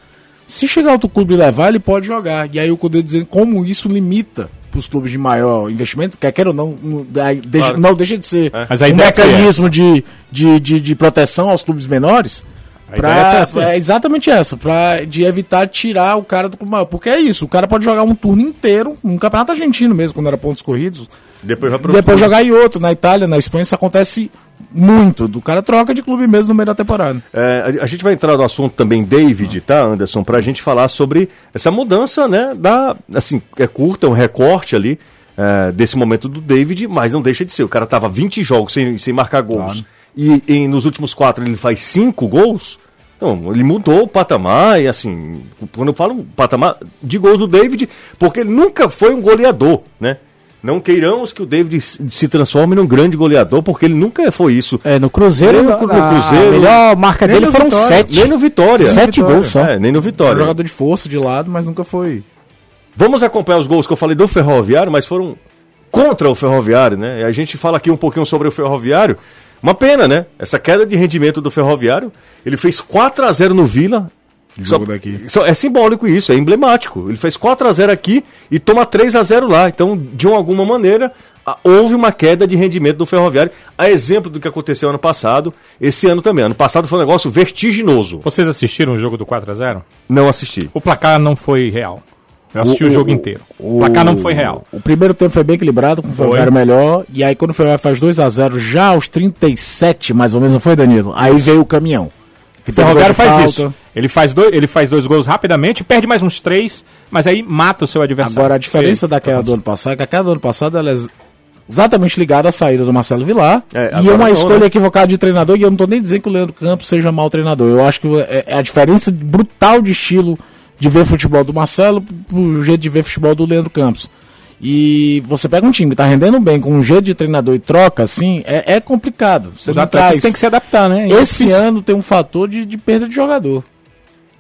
Speaker 2: Se chegar outro clube e levar, ele pode jogar. E aí o Cudê dizendo como isso limita para os clubes de maior investimento, quer queira ou não, não daí deixa-
Speaker 1: Claro.
Speaker 2: não deixa de ser
Speaker 6: Mas a
Speaker 2: um
Speaker 6: ideia foi
Speaker 2: mecanismo de, de, de, de proteção aos clubes menores.
Speaker 6: ideia foi
Speaker 2: Pra,
Speaker 6: essa.
Speaker 2: é exatamente essa, pra, de evitar tirar o cara do clube maior. Porque é isso, o cara pode jogar um turno inteiro, um campeonato argentino mesmo, quando era pontos corridos,
Speaker 1: Depois vai pro...
Speaker 2: depois jogar em outro. Na Itália, na Espanha, isso acontece muito. Do cara troca de clube mesmo no meio da temporada.
Speaker 1: É, a, a gente vai entrar no assunto também, David, tá, Anderson, para a gente falar sobre essa mudança, né? Da, assim, é curta, é um recorte ali é, desse momento do David, mas não deixa de ser. O cara tava 20 jogos sem, sem marcar gols. E, e nos últimos quatro ele faz cinco gols. Então, ele mudou o patamar, e assim, quando eu falo patamar de gols do David, porque ele nunca foi um goleador, né? Não queiramos que o David se se transforme num grande goleador, porque ele nunca foi isso.
Speaker 4: É, no Cruzeiro,
Speaker 1: Nem no Cru- no
Speaker 4: a
Speaker 1: Cruzeiro.
Speaker 4: melhor marca
Speaker 1: Nem
Speaker 4: dele
Speaker 1: no
Speaker 4: foram
Speaker 1: Vitória,
Speaker 4: sete.
Speaker 1: Nem no Vitória.
Speaker 4: Sete
Speaker 1: Nem no
Speaker 4: gols
Speaker 1: Vitória.
Speaker 4: só.
Speaker 1: É, nem no
Speaker 2: É um
Speaker 1: Vitória.
Speaker 2: jogador de força, de lado, mas nunca foi.
Speaker 1: Vamos acompanhar os gols que eu falei do Ferroviário, mas foram contra o Ferroviário, né? E a gente fala aqui um pouquinho sobre o Ferroviário. Uma pena, né? Essa queda de rendimento do Ferroviário. Ele fez 4 a 0 no Vila.
Speaker 2: Jogo daqui.
Speaker 1: só- é simbólico isso, é emblemático. Ele fez 4 a 0 aqui e toma 3 a 0 lá. Então, de uma- alguma maneira, a- houve uma queda de rendimento do Ferroviário. A exemplo do que aconteceu ano passado, esse ano também. Ano passado foi um negócio vertiginoso.
Speaker 6: Vocês assistiram o jogo do 4x0?
Speaker 1: Não assisti.
Speaker 6: O placar não foi real. Eu assisti o, jogo inteiro. O, placar não foi real.
Speaker 2: O primeiro tempo foi bem equilibrado, com o Ferroviário melhor. E aí, quando o Ferroviário faz 2x0, já aos 37, mais ou menos, não foi, Danilo? Aí veio o caminhão.
Speaker 6: O Ferroviário faz isso. Ele faz, dois, ele faz dois gols rapidamente, perde mais uns três, mas aí mata o seu adversário.
Speaker 2: Agora, a diferença
Speaker 6: Ele-
Speaker 2: daquela do ano passado é que aquela do ano passado ela é ex- exatamente ligada à saída do Marcelo Vilar.
Speaker 1: É,
Speaker 2: e é
Speaker 1: agora
Speaker 2: uma
Speaker 1: não,
Speaker 2: escolha
Speaker 1: né?
Speaker 2: equivocada de treinador. E eu não tô nem dizendo que o Leandro Campos seja mau treinador. Eu acho que é, é a diferença brutal de estilo de ver futebol do Marcelo pro jeito de ver futebol do Leandro Campos. E você pega um time que tá rendendo bem com um jeito de treinador e troca assim, é, é complicado. Você
Speaker 6: Os
Speaker 2: não
Speaker 6: atletas
Speaker 2: traz-
Speaker 6: têm que se adaptar, né? E é
Speaker 2: esse
Speaker 6: difícil.
Speaker 2: ano tem um fator de, de perda de jogador.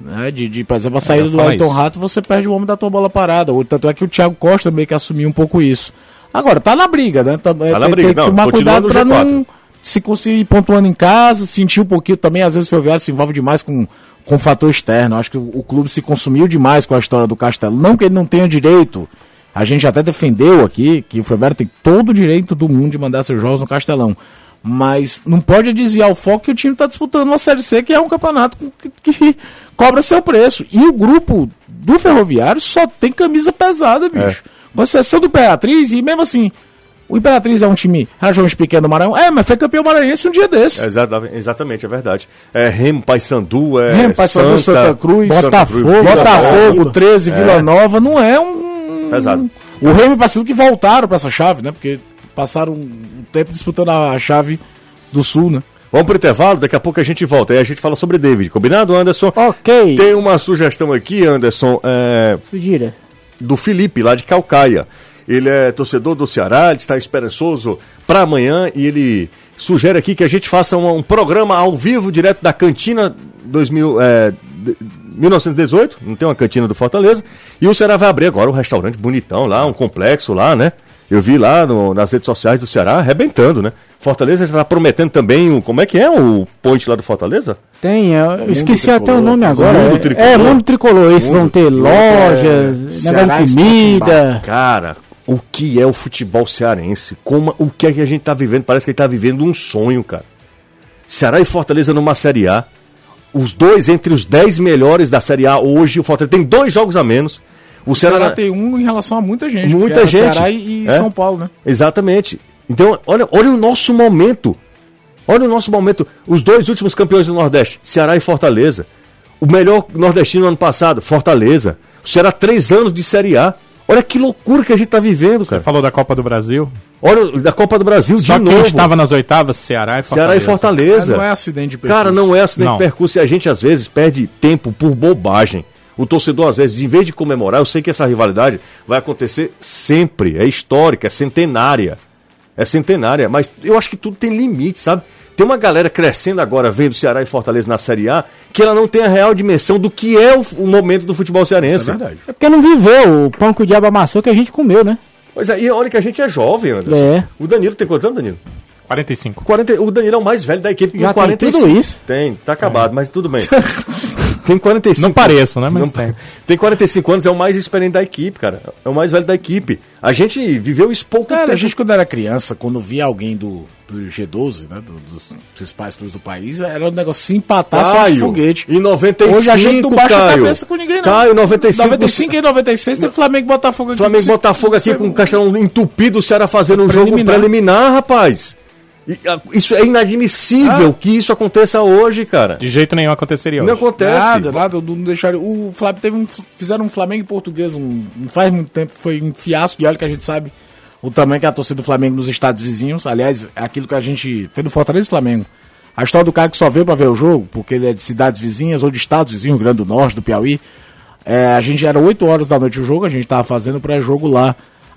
Speaker 2: Né? De, de, por exemplo, a saída
Speaker 6: eu ia
Speaker 2: do
Speaker 6: falar
Speaker 2: Elton
Speaker 6: É, isso.
Speaker 2: Rato, você perde o homem da tua bola parada. Ou, Tanto é que o Thiago Costa meio que assumiu um pouco isso. Agora, tá na briga, né? Tá,
Speaker 1: na briga, não,
Speaker 2: tomar
Speaker 1: continua
Speaker 2: cuidado
Speaker 1: no
Speaker 2: pra
Speaker 1: G4.
Speaker 2: não se conseguir pontuando em casa, sentir um pouquinho também. Às vezes o Ferroviário se envolve demais com com fator externo. Acho que o, o clube se consumiu demais com a história do Castelo. Não que ele não tenha direito. A gente até defendeu aqui que o Ferroviário tem todo o direito do mundo de mandar seus jogos no Castelão. Mas não pode desviar o foco que o time está disputando uma Série C, que é um campeonato com- que, que *laughs* cobra seu preço. E o grupo do Ferroviário só tem camisa pesada,
Speaker 1: É.
Speaker 2: bicho. Com exceção do Imperatriz, e mesmo assim, o Imperatriz é um time relativamente pequeno do Maranhão. É, mas foi campeão maranhense um dia desse.
Speaker 1: É, exata- exatamente, é verdade. É Remo, Paysandu, é
Speaker 2: Remo, Paysandu, Santa Cruz,
Speaker 1: Botafogo,
Speaker 2: Botafogo, 13, Vila Nova, não é um.
Speaker 1: Pesado.
Speaker 2: O Remo e o Paysandu que voltaram pra essa chave, né? Porque passaram um tempo disputando a chave do Sul, né?
Speaker 1: Vamos pro intervalo, daqui a pouco a gente volta. Aí a gente fala sobre David, combinado, Anderson?
Speaker 4: Ok.
Speaker 1: Tem uma sugestão aqui, Anderson, é,
Speaker 4: Sugira.
Speaker 1: do Felipe, lá de Calcaia. Ele é torcedor do Ceará, ele está esperançoso para amanhã e ele sugere aqui que a gente faça um, um programa ao vivo, direto da cantina 2000, é, de- 1918, não tem uma cantina do Fortaleza, e o Ceará vai abrir agora um restaurante bonitão lá, um complexo lá, né? Eu vi lá no- nas redes sociais do Ceará arrebentando, né? Fortaleza já está prometendo também, um, como é que é o ponte lá do Fortaleza?
Speaker 4: Tem, é, eu esqueci até o
Speaker 2: Tricolor.
Speaker 4: nome agora.
Speaker 1: Mundo
Speaker 4: é,
Speaker 1: Tricolor.
Speaker 4: é, Mundo Tricolor. Esses vão ter lojas,
Speaker 2: Ceará
Speaker 4: negócio de
Speaker 2: Sporting
Speaker 4: comida.
Speaker 1: Cara, o que é o futebol cearense? Como, o que é que a gente tá vivendo? Parece que a gente tá vivendo um sonho, cara. Ceará e Fortaleza numa Série A. Os dois entre os 10 melhores da Série A hoje. O Fortaleza tem dois jogos a menos. O,
Speaker 2: O
Speaker 1: Ceará,
Speaker 2: Ceará tem um em relação a muita gente.
Speaker 1: Muita
Speaker 2: porque era
Speaker 1: gente.
Speaker 2: Ceará e, e
Speaker 1: É.
Speaker 2: São Paulo, né?
Speaker 1: Exatamente. Então, olha, olha o nosso momento. Olha o nosso momento. Os dois últimos campeões do Nordeste, Ceará e Fortaleza. O melhor nordestino ano passado, Fortaleza. O Ceará, três anos de Série A. Olha que loucura que a gente tá vivendo, cara.
Speaker 6: Falou da Copa do Brasil.
Speaker 1: Olha, da Copa do Brasil,
Speaker 6: Só
Speaker 1: de
Speaker 6: quem
Speaker 1: novo.
Speaker 6: estava nas oitavas, Ceará e Fortaleza.
Speaker 1: Ceará e Fortaleza.
Speaker 2: Não é acidente de
Speaker 1: Cara, não é acidente
Speaker 6: Não.
Speaker 1: de percurso e a gente às vezes perde tempo por bobagem. O torcedor, às vezes, em vez de comemorar, eu sei que essa rivalidade vai acontecer sempre, é histórica, é centenária. É centenária, mas eu acho que tudo tem limite, sabe? Tem uma galera crescendo agora, vendo Ceará e Fortaleza na Série A, que ela não tem a real dimensão do que é o, o momento do futebol cearense.
Speaker 2: É verdade.
Speaker 4: É porque não viveu o pão que o diabo amassou que a gente comeu, né?
Speaker 1: Pois é, e olha que a gente é jovem, Anderson.
Speaker 4: É.
Speaker 1: O Danilo tem quantos anos, Danilo?
Speaker 6: 45.
Speaker 1: 40, o Danilo é o mais velho da equipe
Speaker 4: Já tem tudo isso?
Speaker 1: Tem, tá acabado,
Speaker 2: É.
Speaker 1: mas tudo
Speaker 2: *laughs*
Speaker 1: bem. tem 45.
Speaker 6: Não pareço, né? Mas
Speaker 1: Não-
Speaker 6: tem.
Speaker 1: *laughs* Tem 45 anos, é o mais experiente da equipe, cara. É o mais velho da equipe. A gente viveu isso pouco
Speaker 2: Cara,
Speaker 1: tempo.
Speaker 2: a gente quando era criança, quando via alguém do, do G12, né, do- dos principais clubes do país, era um negócio se empatar só de
Speaker 1: Caio,
Speaker 2: um foguete.
Speaker 1: em 95,
Speaker 2: Hoje a gente não baixa a
Speaker 1: Caio.
Speaker 2: cabeça com ninguém, não.
Speaker 1: Caio, 95,
Speaker 2: 95 e 96 tem Flamengo e Botafogo aqui.
Speaker 1: Flamengo e
Speaker 2: Você-
Speaker 1: Botafogo aqui
Speaker 2: você-
Speaker 1: com o Castelão entupido, o Ceará fazendo um jogo
Speaker 2: Preliminar.
Speaker 1: preliminar, rapaz. E, ah, isso é inadmissível
Speaker 2: Ah.
Speaker 1: que isso aconteça hoje, cara.
Speaker 6: De jeito nenhum aconteceria
Speaker 1: Não
Speaker 6: hoje.
Speaker 1: acontece.
Speaker 2: Nada, nada, não deixaram. O Flamengo teve um. Fizeram um Flamengo e português um, não faz muito tempo, foi um fiasco, e olha que a gente sabe o tamanho que é a torcida do Flamengo nos estados vizinhos. Aliás, é aquilo que a gente fez no Fortaleza e Flamengo. A história do cara que só veio pra ver o jogo, porque ele é de cidades vizinhas ou de estados vizinhos, Rio Grande do Norte, do Piauí. É, a gente era 8 horas da noite o jogo, a gente tava fazendo o pré-jogo lá.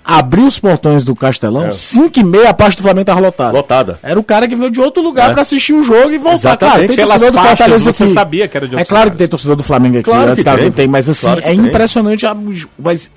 Speaker 2: Abriu os portões do Castelão, 5 e meia a parte do Flamengo tava lotada.
Speaker 1: É. Lotada. É.
Speaker 2: Era o cara que veio de outro lugar pra assistir o jogo e voltar.
Speaker 1: Exatamente,
Speaker 2: Claro, tem
Speaker 6: pelas
Speaker 2: torcedor do
Speaker 6: faixas,
Speaker 2: Fortaleza
Speaker 6: você
Speaker 2: aqui.
Speaker 6: sabia que era de
Speaker 2: É
Speaker 6: outro
Speaker 2: claro
Speaker 6: lugar.
Speaker 2: que tem torcedor do Flamengo aqui.
Speaker 1: Claro
Speaker 2: antes
Speaker 1: que
Speaker 2: alguém
Speaker 1: tem.
Speaker 2: tem, mas assim,
Speaker 1: Claro que
Speaker 2: é
Speaker 1: tem.
Speaker 2: impressionante. A, mas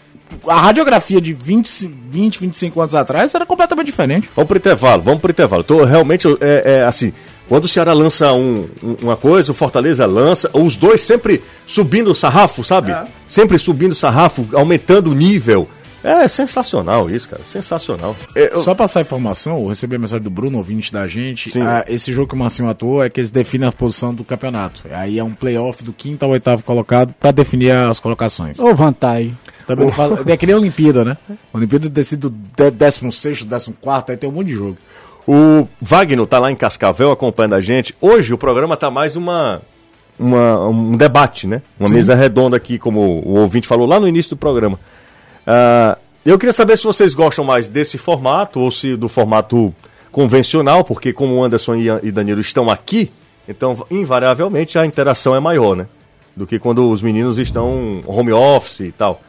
Speaker 2: a radiografia de 20, 20, 25 anos atrás era completamente diferente.
Speaker 1: Vamos pro intervalo, vamos pro intervalo. Tô, realmente, eu- é, é assim, quando o Ceará lança um- um- uma coisa, o Fortaleza lança, os dois sempre subindo o sarrafo, sabe? Sempre subindo o sarrafo, aumentando o nível. É sensacional isso, cara, sensacional. É, eu-
Speaker 2: Só passar a informação, eu recebi a mensagem do Bruno, ouvinte da gente.
Speaker 1: Sim.
Speaker 2: Ah, esse jogo que o Marcinho atuou é que eles definem a posição do campeonato. Aí é um playoff do quinto ao oitavo colocado pra definir as colocações.
Speaker 4: Ô, vantagem.
Speaker 2: Também
Speaker 1: *laughs*
Speaker 2: não fala, é que nem a Olimpíada, né? A Olimpíada decide do dé- décimo sexto, décimo quarto, aí tem um monte de jogo.
Speaker 1: O Wagner tá lá em Cascavel acompanhando a gente. Hoje o programa tá mais uma, uma- um debate, né? Uma mesa redonda aqui, como o ouvinte falou lá no início do programa. Ah, eu queria saber se vocês gostam mais desse formato ou se do formato convencional, porque como o Anderson e a- e Danilo estão aqui, então invariavelmente a interação é maior, né? Do que quando os meninos estão home office e tal.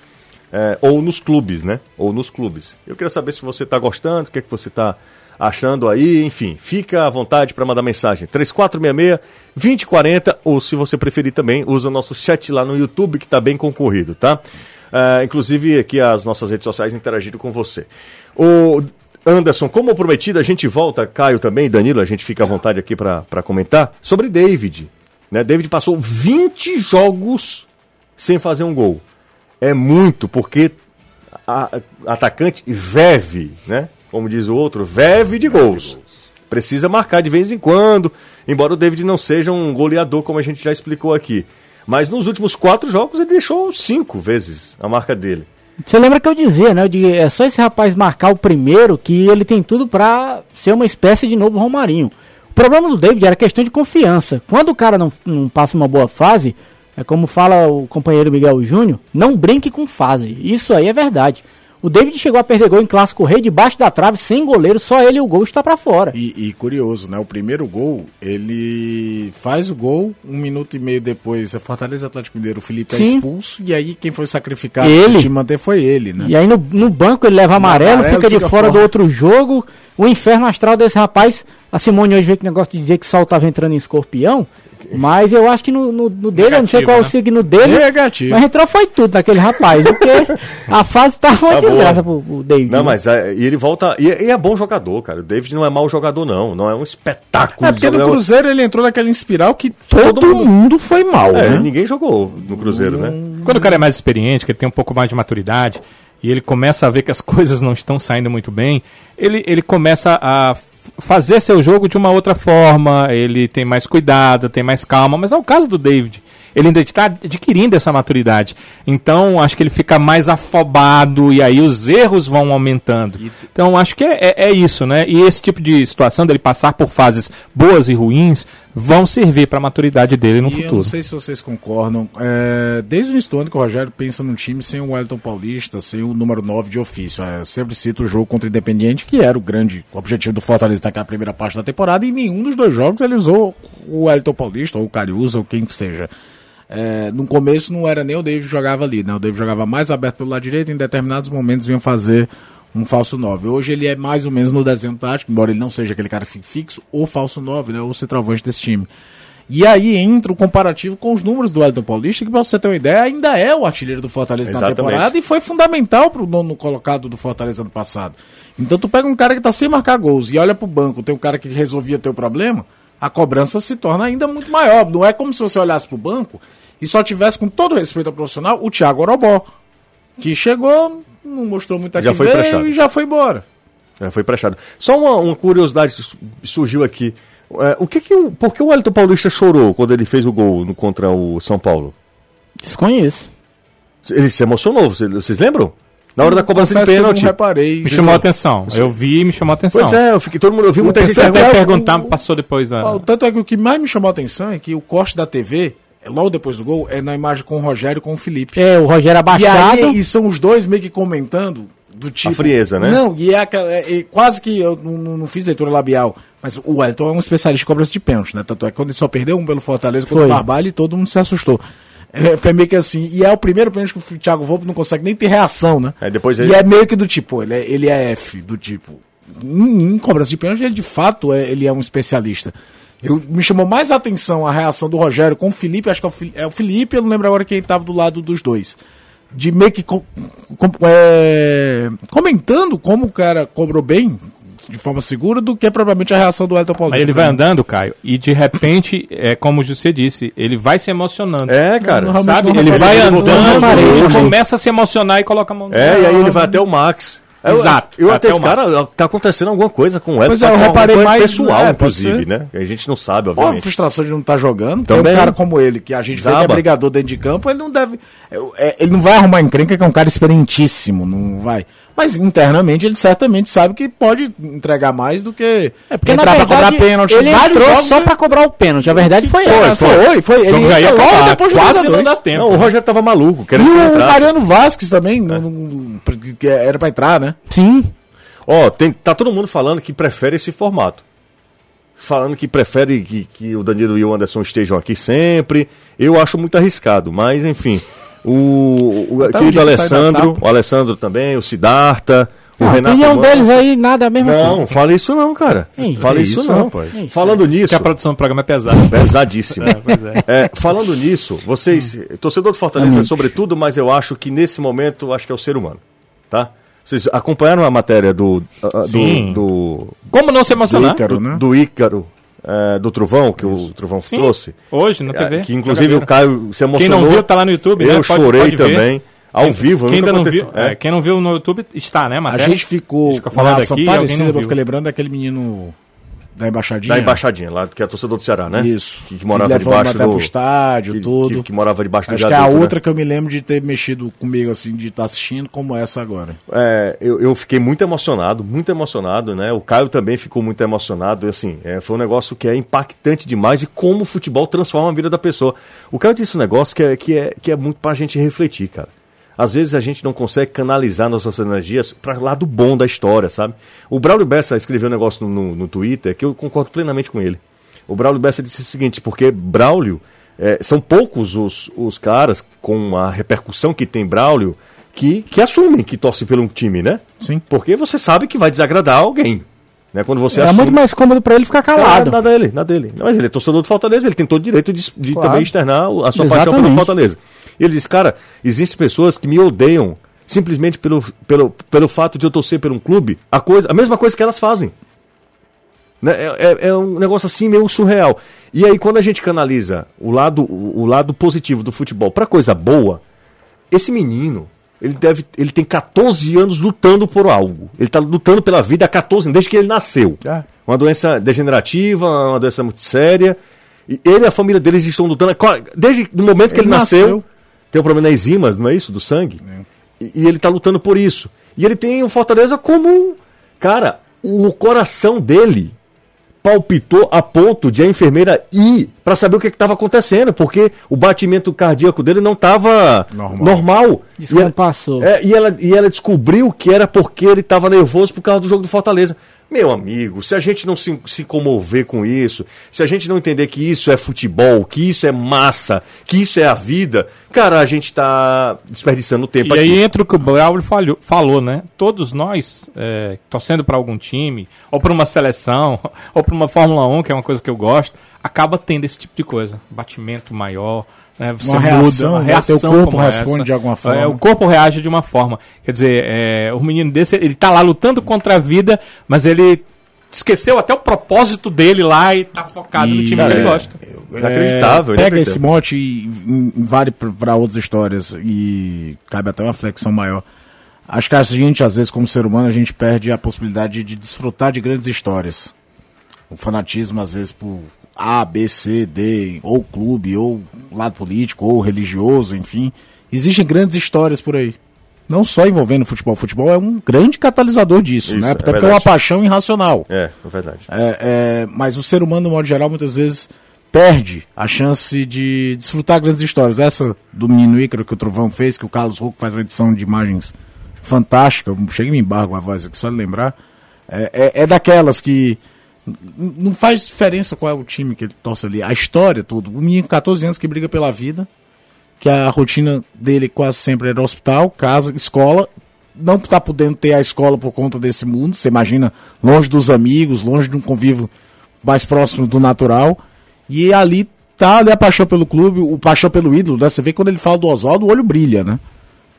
Speaker 1: É, ou nos clubes, né? Ou nos clubes. Eu queria saber se você está gostando, o que é que você está achando aí, enfim. Fica à vontade para mandar mensagem. 3466-2040, ou se você preferir também, usa o nosso chat lá no YouTube, que está bem concorrido, tá? É, inclusive, aqui as nossas redes sociais interagindo com você. O Anderson, como prometido, a gente volta, Caio também, Danilo, a gente fica à vontade aqui para comentar, sobre David. Né? David passou 20 jogos sem fazer um gol. É muito, porque a- atacante veve, né? Como diz o outro, veve de gols. Precisa marcar de vez em quando, embora o David não seja um goleador, como a gente já explicou aqui. Mas nos últimos quatro jogos ele deixou cinco vezes a marca dele.
Speaker 4: Você lembra que eu dizia, né? Eu digo, é só esse rapaz marcar o primeiro que ele tem tudo pra ser uma espécie de novo Romarinho. O problema do David era questão de confiança. Quando o cara não, não passa uma boa fase, é como fala o companheiro Miguel Júnior, não brinque com fase. Isso aí é verdade. O David chegou a perder gol em clássico rei debaixo da trave, sem goleiro, só ele e o gol está pra fora.
Speaker 2: E, e curioso, né? O primeiro gol, ele faz o gol, um minuto e meio depois, é Fortaleza Atlético Mineiro, o Felipe é
Speaker 4: Sim.
Speaker 2: expulso, e aí quem foi sacrificado
Speaker 4: Ele.
Speaker 2: pra te manter foi ele, né?
Speaker 4: E aí no, no banco ele leva amarelo,
Speaker 2: amarelo,
Speaker 4: fica de
Speaker 2: fica
Speaker 4: fora do
Speaker 2: fora.
Speaker 4: outro jogo. O inferno astral desse rapaz. A Simone hoje veio com o negócio de dizer que o sol estava entrando em escorpião. Mas eu acho que no, no- no dele, eu não sei
Speaker 6: Negativo,
Speaker 4: qual é o
Speaker 6: né?
Speaker 4: signo dele.
Speaker 2: Negativo.
Speaker 4: Mas entrou foi tudo naquele rapaz. Porque
Speaker 1: *laughs*
Speaker 4: a fase tava uma
Speaker 1: Tá boa.
Speaker 4: desgraça pro, pro
Speaker 2: Uhum.
Speaker 4: David.
Speaker 1: Não,
Speaker 4: né?
Speaker 1: mas é, e ele volta. E, e é bom jogador, cara. O David não é mau jogador, não. Não é um espetáculo.
Speaker 2: É porque
Speaker 1: de
Speaker 2: no
Speaker 1: jogador.
Speaker 2: Cruzeiro ele entrou naquela espiral que todo,
Speaker 1: Todo
Speaker 2: mundo...
Speaker 1: mundo-
Speaker 2: foi mal,
Speaker 1: É,
Speaker 2: né?
Speaker 1: ninguém jogou no Cruzeiro, né?
Speaker 6: Quando o cara é mais experiente, que ele tem um pouco mais de maturidade, e ele começa a ver que as *laughs* coisas não estão saindo muito bem, ele, ele começa a f- fazer seu jogo de uma outra forma, ele tem mais cuidado, tem mais calma, mas não é o caso do David. Ele ainda está adquirindo essa maturidade. Então, acho que ele fica mais afobado e aí os erros vão aumentando. Então, acho que é, é- é isso, né? E esse tipo de situação dele passar por fases boas e ruins vão servir para a maturidade dele no
Speaker 2: E Eu
Speaker 6: futuro.
Speaker 2: não sei se vocês concordam. é, desde o início do ano que o Rogério pensa num time sem o Wellington Paulista, sem o número 9 de ofício. É, eu sempre cito o jogo contra o Independiente, que era o grande objetivo do Fortaleza naquela primeira parte da temporada, e em nenhum dos dois jogos ele usou o Wellington Paulista, ou o Cariúza, ou quem que seja. É, no começo não era nem o David que jogava ali, né? O David jogava mais aberto pelo lado direito, e em determinados momentos vinha fazer um falso 9. Hoje ele é mais ou menos no desenho tático, embora ele não seja aquele cara fi- fixo, ou falso 9, né? Ou centroavante desse time. E aí entra o comparativo com os números do Elton Paulista, que pra você ter uma ideia, ainda é o artilheiro do Fortaleza
Speaker 1: Exatamente.
Speaker 2: na temporada e foi fundamental pro nono colocado do Fortaleza ano passado. Então tu pega um cara que tá sem marcar gols e olha pro banco, tem um cara que resolvia teu problema, a cobrança se torna ainda muito maior. Não é como se você olhasse pro banco e só tivesse, com todo respeito ao profissional, o Thiago Orobó, que chegou, não mostrou muita
Speaker 1: Já
Speaker 2: que
Speaker 1: foi prestado.
Speaker 2: e já foi embora.
Speaker 1: É, foi prestado. Só uma, uma curiosidade su- surgiu aqui. É, o que que o, por que o Wellington Paulista chorou quando ele fez o gol no- contra o São Paulo?
Speaker 4: Desconheço.
Speaker 1: Ele se emocionou, vocês, vocês lembram? Na hora da cobrança de
Speaker 2: Confesso que eu não
Speaker 1: pênalti.
Speaker 2: reparei.
Speaker 6: Me chamou a atenção. Eu vi e me chamou a atenção.
Speaker 1: Pois é, eu fiquei todo mundo, eu vi muita gente
Speaker 6: Você
Speaker 2: Até
Speaker 6: vai
Speaker 2: o-
Speaker 6: perguntar, passou depois
Speaker 2: Ah,
Speaker 6: da.
Speaker 2: O tanto é que o que mais me chamou a atenção é que o corte da TV, é logo depois do gol, é na imagem com o Rogério e com o Felipe.
Speaker 4: É, o
Speaker 2: E
Speaker 4: Rogério abaixado.
Speaker 2: aí e são os dois meio que comentando do tipo.
Speaker 1: frieza, né?
Speaker 2: Não, e é, aquela- é- é quase que eu não, não- não fiz leitura labial. Mas o Wellington é um especialista em cobrança de pênalti, né? Tanto é que quando ele só perdeu um pelo Fortaleza contra o
Speaker 4: Foi.
Speaker 2: Barbalho, todo mundo se assustou. É, foi meio que assim. E é o primeiro pênalti que o Thiago Volpe não consegue nem ter reação, né?
Speaker 1: Aí depois
Speaker 2: e
Speaker 1: ele-
Speaker 2: é meio que do tipo, ele é, ele é F, do tipo. Em, em cobrança de pênalti, ele de fato é, ele é um especialista. Eu, me chamou mais a atenção a reação do Rogério com o Felipe, acho que é o, Fi- é o Felipe, eu não lembro agora quem estava do lado dos dois. De meio que co- com- é, comentando como o cara cobrou bem, de forma segura, do que propriamente a reação do Elton Paulista.
Speaker 6: Aí ele vai andando, Caio, e de repente, é como você disse, ele vai se emocionando.
Speaker 1: É, cara.
Speaker 2: Não, não,
Speaker 6: Sabe?
Speaker 2: Não, não,
Speaker 6: Ele
Speaker 2: não,
Speaker 6: vai
Speaker 1: não, não, não,
Speaker 6: andando,
Speaker 1: não, não,
Speaker 6: ele
Speaker 1: não, não.
Speaker 6: começa a se emocionar e coloca a mão no
Speaker 1: É, e aí ele vai até o Max.
Speaker 2: É
Speaker 1: Eu-
Speaker 6: Exato,
Speaker 1: Eu,
Speaker 6: vai
Speaker 1: até
Speaker 6: até
Speaker 1: esse
Speaker 6: o Max.
Speaker 1: cara, tá acontecendo alguma coisa com o Wellington.
Speaker 2: Pois é, eu
Speaker 1: pode ser alguma
Speaker 2: reparei
Speaker 1: coisa
Speaker 2: mais-
Speaker 1: pessoal,
Speaker 2: é, pode
Speaker 1: inclusive,
Speaker 2: ser.
Speaker 1: né? A gente não sabe,
Speaker 2: Ó, a
Speaker 1: obviamente.
Speaker 2: frustração de não estar jogando. Tem
Speaker 1: Também.
Speaker 2: um cara como ele, que a gente vê que é
Speaker 1: Zaba.
Speaker 2: brigador dentro de campo, ele não deve. é, é, Ele não vai arrumar encrenca, que é um cara experientíssimo, não vai. Mas internamente ele certamente sabe que pode entregar mais do que
Speaker 4: É porque na verdade,
Speaker 2: pra cobrar pênalti.
Speaker 4: ele
Speaker 2: Vários
Speaker 4: entrou
Speaker 2: jogos,
Speaker 4: só
Speaker 2: né?
Speaker 4: pra né? cobrar o pênalti. A verdade foi
Speaker 2: Foi,
Speaker 4: essa.
Speaker 2: foi, foi. Ele
Speaker 6: jogo já ia
Speaker 2: entrou
Speaker 6: acabar,
Speaker 2: depois do
Speaker 6: quase não
Speaker 2: 2x2.
Speaker 6: dá tempo.
Speaker 1: Não, o Roger tava maluco,
Speaker 2: E
Speaker 1: querendo que ele
Speaker 2: né? o
Speaker 1: entrasse.
Speaker 2: Mariano Vasquez também, não- não- porque era pra entrar, né?
Speaker 4: Sim.
Speaker 1: Ó, tem- tá todo mundo falando que prefere esse formato. Falando que prefere que, que o Danilo e o Anderson estejam aqui sempre. Eu acho muito arriscado, mas enfim. O, o querido
Speaker 2: Até o dia que sai da
Speaker 1: Alessandro,
Speaker 2: tapa.
Speaker 1: o Alessandro também, o Sidarta, o
Speaker 4: A
Speaker 1: Renato.
Speaker 4: Ah, opinião
Speaker 1: Manso.
Speaker 4: deles né? aí, nada é mesmo.
Speaker 1: Não, fala isso não, cara.
Speaker 4: Ei,
Speaker 1: fala
Speaker 4: é
Speaker 1: isso,
Speaker 2: isso,
Speaker 1: não.
Speaker 2: rapaz.
Speaker 4: É isso,
Speaker 1: Falando nisso.
Speaker 6: Porque a produção do programa é pesada.
Speaker 1: Pesadíssimo.
Speaker 6: pois é.
Speaker 1: É, falando nisso, vocês, torcedor do Fortaleza, sobretudo, mas eu acho que nesse momento, acho que é o ser humano, tá? Vocês acompanharam a matéria do ah, ah, do,
Speaker 6: Sim.
Speaker 1: do,
Speaker 6: Como não se emocionar?
Speaker 2: Ícaro,
Speaker 1: do,
Speaker 2: né?
Speaker 1: do Ícaro, é, do Trovão, que o Trovão
Speaker 6: Sim.
Speaker 1: trouxe?
Speaker 6: Hoje, na
Speaker 1: É,
Speaker 6: TV.
Speaker 1: que inclusive o Caio se
Speaker 6: Quem
Speaker 1: emocionou.
Speaker 6: não viu, tá lá no YouTube.
Speaker 1: Eu
Speaker 6: né? Pode-
Speaker 1: chorei
Speaker 6: pode ver.
Speaker 1: também, ao
Speaker 6: Quem-
Speaker 1: vivo.
Speaker 6: Quem
Speaker 1: nunca
Speaker 6: ainda não
Speaker 1: aconteceu.
Speaker 6: viu, é, quem não viu no YouTube está, né,
Speaker 2: A
Speaker 6: matéria?
Speaker 2: gente ficou
Speaker 6: fica
Speaker 2: com
Speaker 6: falando
Speaker 2: relação
Speaker 6: aqui e alguém não
Speaker 2: parecida, eu
Speaker 6: viu.
Speaker 2: fiquei lembrando daquele menino da embaixadinha.
Speaker 1: da embaixadinha, lá que é torcedor do Ceará, né?
Speaker 2: Isso.
Speaker 1: Que, que morava
Speaker 2: levou
Speaker 1: debaixo
Speaker 2: até
Speaker 1: do
Speaker 2: pro estádio,
Speaker 1: que,
Speaker 2: tudo.
Speaker 1: que- que morava debaixo do
Speaker 2: Acho que é a
Speaker 1: viaduto, né?
Speaker 2: outra que eu me lembro de ter mexido comigo, assim, de estar assistindo, como essa agora.
Speaker 1: É, eu, eu fiquei muito emocionado, muito emocionado, né? O Caio também ficou muito emocionado. e Assim, é, foi um negócio que é impactante demais e como o futebol transforma a vida da pessoa. O Caio disse um negócio que é, que é, que é muito pra gente refletir, cara. Às vezes a gente não consegue canalizar nossas energias para lado bom da história, sabe? O Braulio Bessa escreveu um negócio no, no, no Twitter que eu concordo plenamente com ele. O Braulio Bessa disse o seguinte, porque Braulio, é, são poucos os, os caras com a repercussão que tem Braulio que, que assumem que torce pelo time, né?
Speaker 2: Sim.
Speaker 1: Porque você sabe que vai desagradar alguém. Né? Quando você
Speaker 4: Era
Speaker 1: assume. é,
Speaker 4: É, muito mais cômodo pra ele ficar calado.
Speaker 1: Nada dele, nada dele. Não, mas ele é torcedor do Fortaleza, ele tem todo o direito de, de
Speaker 2: Claro.
Speaker 1: também externar o- a sua paixão pelo
Speaker 4: Exatamente.
Speaker 1: Fortaleza. Ele diz, cara, existem pessoas que me odeiam simplesmente pelo, pelo, pelo fato de eu torcer por um clube, a, coisa, a mesma coisa que elas fazem. Né? É, é- é um negócio assim meio surreal. E aí, quando a gente canaliza o lado, o, o lado positivo do futebol pra coisa boa, esse menino, ele, deve, ele tem 14 anos lutando por algo. Ele está lutando pela vida há 14 anos, desde que ele nasceu.
Speaker 2: É.
Speaker 1: Uma doença degenerativa, uma doença muito séria. E ele e a família dele eles estão lutando. Claro, Desde o momento que ele,
Speaker 2: Ele
Speaker 1: nasceu,
Speaker 2: nasceu. É.
Speaker 1: tem um problema nas enzimas, não é isso? Do sangue. E, e ele está lutando por isso. E ele tem o Fortaleza como um. Cara, o coração dele palpitou a ponto de a enfermeira ir para saber o que estava acontecendo, porque o batimento cardíaco dele não estava normal.
Speaker 2: Normal.
Speaker 4: Isso
Speaker 1: E
Speaker 4: quando
Speaker 1: ela-
Speaker 4: passou.
Speaker 1: é, e, ela, e ela descobriu que era porque ele estava nervoso por causa do jogo do Fortaleza. Meu amigo, se a gente não se, se comover com isso, se a gente não entender que isso é futebol, que isso é massa, que isso é a vida, cara, a gente tá desperdiçando tempo
Speaker 6: E aí entra o que o Braulio falhou, falou, né? Todos nós, é, torcendo para algum time, ou para uma seleção, *laughs* ou para uma Fórmula 1, que é uma coisa que eu gosto, acaba tendo esse tipo de coisa. Batimento maior, né? Você
Speaker 2: Uma reação,
Speaker 6: uma
Speaker 2: né?
Speaker 6: reação
Speaker 2: Teu corpo
Speaker 6: como
Speaker 2: responde
Speaker 6: essa.
Speaker 2: de alguma forma.
Speaker 6: É, o corpo reage de uma forma. Quer dizer, é, o menino desse, ele tá lá lutando contra a vida, mas ele esqueceu até o propósito dele lá e tá focado no
Speaker 2: E-
Speaker 6: time que ele
Speaker 1: é.
Speaker 6: gosta.
Speaker 1: Inacreditável,
Speaker 2: É,
Speaker 1: inacreditável.
Speaker 2: pega esse monte e hum, vale para outras histórias e cabe até uma flexão maior. Acho que a gente, às vezes, como ser humano, a gente perde a possibilidade de desfrutar de grandes histórias. O fanatismo, às vezes, por A, B, C, D, ou clube, ou lado político, ou religioso, enfim. Existem grandes histórias por aí. Não só envolvendo futebol. Futebol é um grande catalisador disso,
Speaker 1: Isso,
Speaker 2: né?
Speaker 1: é
Speaker 2: Até porque é uma
Speaker 1: verdade.
Speaker 2: paixão irracional.
Speaker 1: É, é verdade.
Speaker 2: É, é, mas o ser humano, no modo geral, muitas vezes perde a chance de desfrutar grandes histórias. Essa do menino Ícaro que o Trovão fez, que o Carlos Rouco faz uma edição de imagens fantástica. Eu Chega e me embargo a voz aqui, só de lembrar. É, é- é daquelas que n- n- não faz diferença qual é o time que ele torce ali. A história, tudo. O menino, 14 anos, que briga pela vida, que a rotina dele quase sempre era hospital, casa, escola. Não tá podendo ter a escola por conta desse mundo, você imagina, longe dos amigos, longe de um convívio mais próximo do natural. E ali tá ali a paixão pelo clube, o paixão pelo ídolo, né? Você vê quando ele fala do Oswaldo, o olho brilha, né?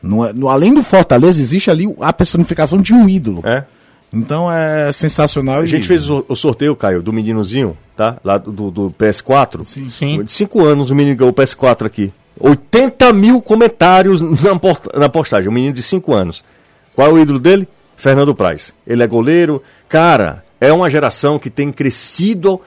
Speaker 2: No, no- além do Fortaleza, existe ali a personificação de um ídolo.
Speaker 1: É.
Speaker 2: Então é sensacional.
Speaker 1: A gente fez o, o sorteio, Caio, do meninozinho, tá? Lá do, do- do PS4.
Speaker 2: Sim.
Speaker 6: Sim.
Speaker 1: De cinco anos o menino ganhou o PS4 aqui. 80 mil comentários *laughs* na, porta- na postagem. Um menino de 5 anos. Qual é o ídolo dele? Fernando Praz. Ele é goleiro. Cara, é uma geração que tem crescido.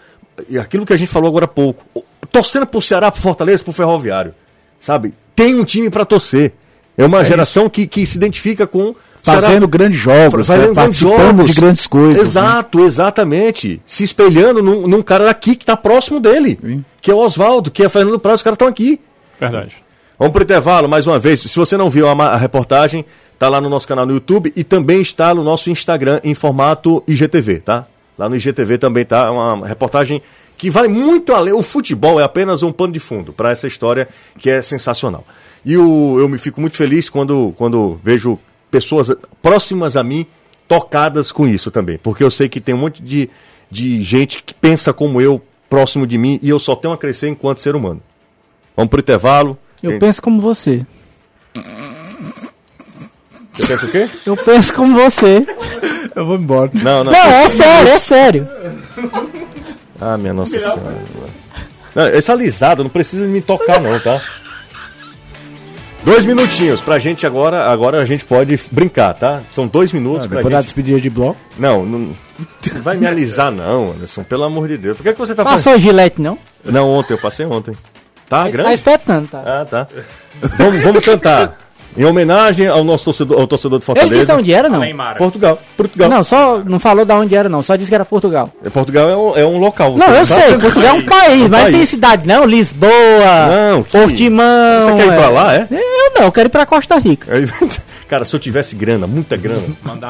Speaker 1: e Aquilo que a gente falou agora há pouco. o- Torcendo pro Ceará, pro Fortaleza, pro Ferroviário. Sabe? Tem um time pra torcer. É uma geração que, que se identifica com. o Ceará-
Speaker 2: Fazendo grandes jogos, né?
Speaker 1: fazendo grandes
Speaker 2: participando
Speaker 1: jogos.
Speaker 2: de grandes coisas. né?
Speaker 1: Exato, exatamente. Se espelhando num, num cara daqui que tá próximo dele. Que é o Oswaldo, que é Fernando Praz, os caras estão aqui.
Speaker 6: Verdade.
Speaker 1: Vamos pro intervalo mais uma vez. Se você não viu a, ma- a reportagem, tá lá no nosso canal no YouTube e também está no nosso Instagram em formato IGTV, tá? Lá no IGTV também tá uma reportagem que vale muito além. O futebol é apenas um pano de fundo para essa história que é sensacional. E o- eu me fico muito feliz quando, quando vejo pessoas próximas a mim tocadas com isso também, porque eu sei que tem um monte de, de gente que pensa como eu próximo de mim e eu só tenho a crescer enquanto ser humano. Vamos pro intervalo.
Speaker 4: Eu
Speaker 1: Quem-
Speaker 4: penso como você.
Speaker 1: você pensa o quê?
Speaker 4: Eu penso como você.
Speaker 2: Eu vou embora.
Speaker 1: Não, não.
Speaker 4: Não, é sério, é sério.
Speaker 1: Ah, minha nossa senhora. Não, essa alisada não precisa me tocar, não, tá? Dois minutinhos pra gente agora. Agora a gente pode brincar, tá? São dois minutos pra
Speaker 2: Depois da
Speaker 1: gente.
Speaker 2: despedida de bloco.
Speaker 1: Não, não. não vai me alisar, não, Anderson. Pelo amor de Deus. Por que, é que você tá fazendo?
Speaker 4: Passou gilete, não?
Speaker 1: Não, ontem, eu passei ontem. Tá
Speaker 4: Tá
Speaker 1: grande?
Speaker 4: espetando, tá?
Speaker 1: Ah, tá. Vamos, vamos cantar. Em homenagem ao nosso torcedor, ao torcedor do
Speaker 4: Ele disse
Speaker 1: Fortaleza.
Speaker 4: onde era, não?
Speaker 6: Neymar.
Speaker 1: Portugal. Portugal.
Speaker 4: Não, só não falou da onde era, não. Só disse que era Portugal.
Speaker 1: Portugal é um, é um local. você
Speaker 4: Não, eu
Speaker 1: sabe?
Speaker 4: sei, Portugal é um país, mas não tem
Speaker 1: país.
Speaker 4: cidade não, Lisboa,
Speaker 1: Não, que-
Speaker 4: Portimão.
Speaker 1: Você quer ir pra
Speaker 4: é.
Speaker 1: lá, é?
Speaker 4: Eu não, eu quero ir pra Costa Rica.
Speaker 1: Aí, *laughs* Cara, se eu tivesse grana, muita
Speaker 2: *laughs*
Speaker 1: grana,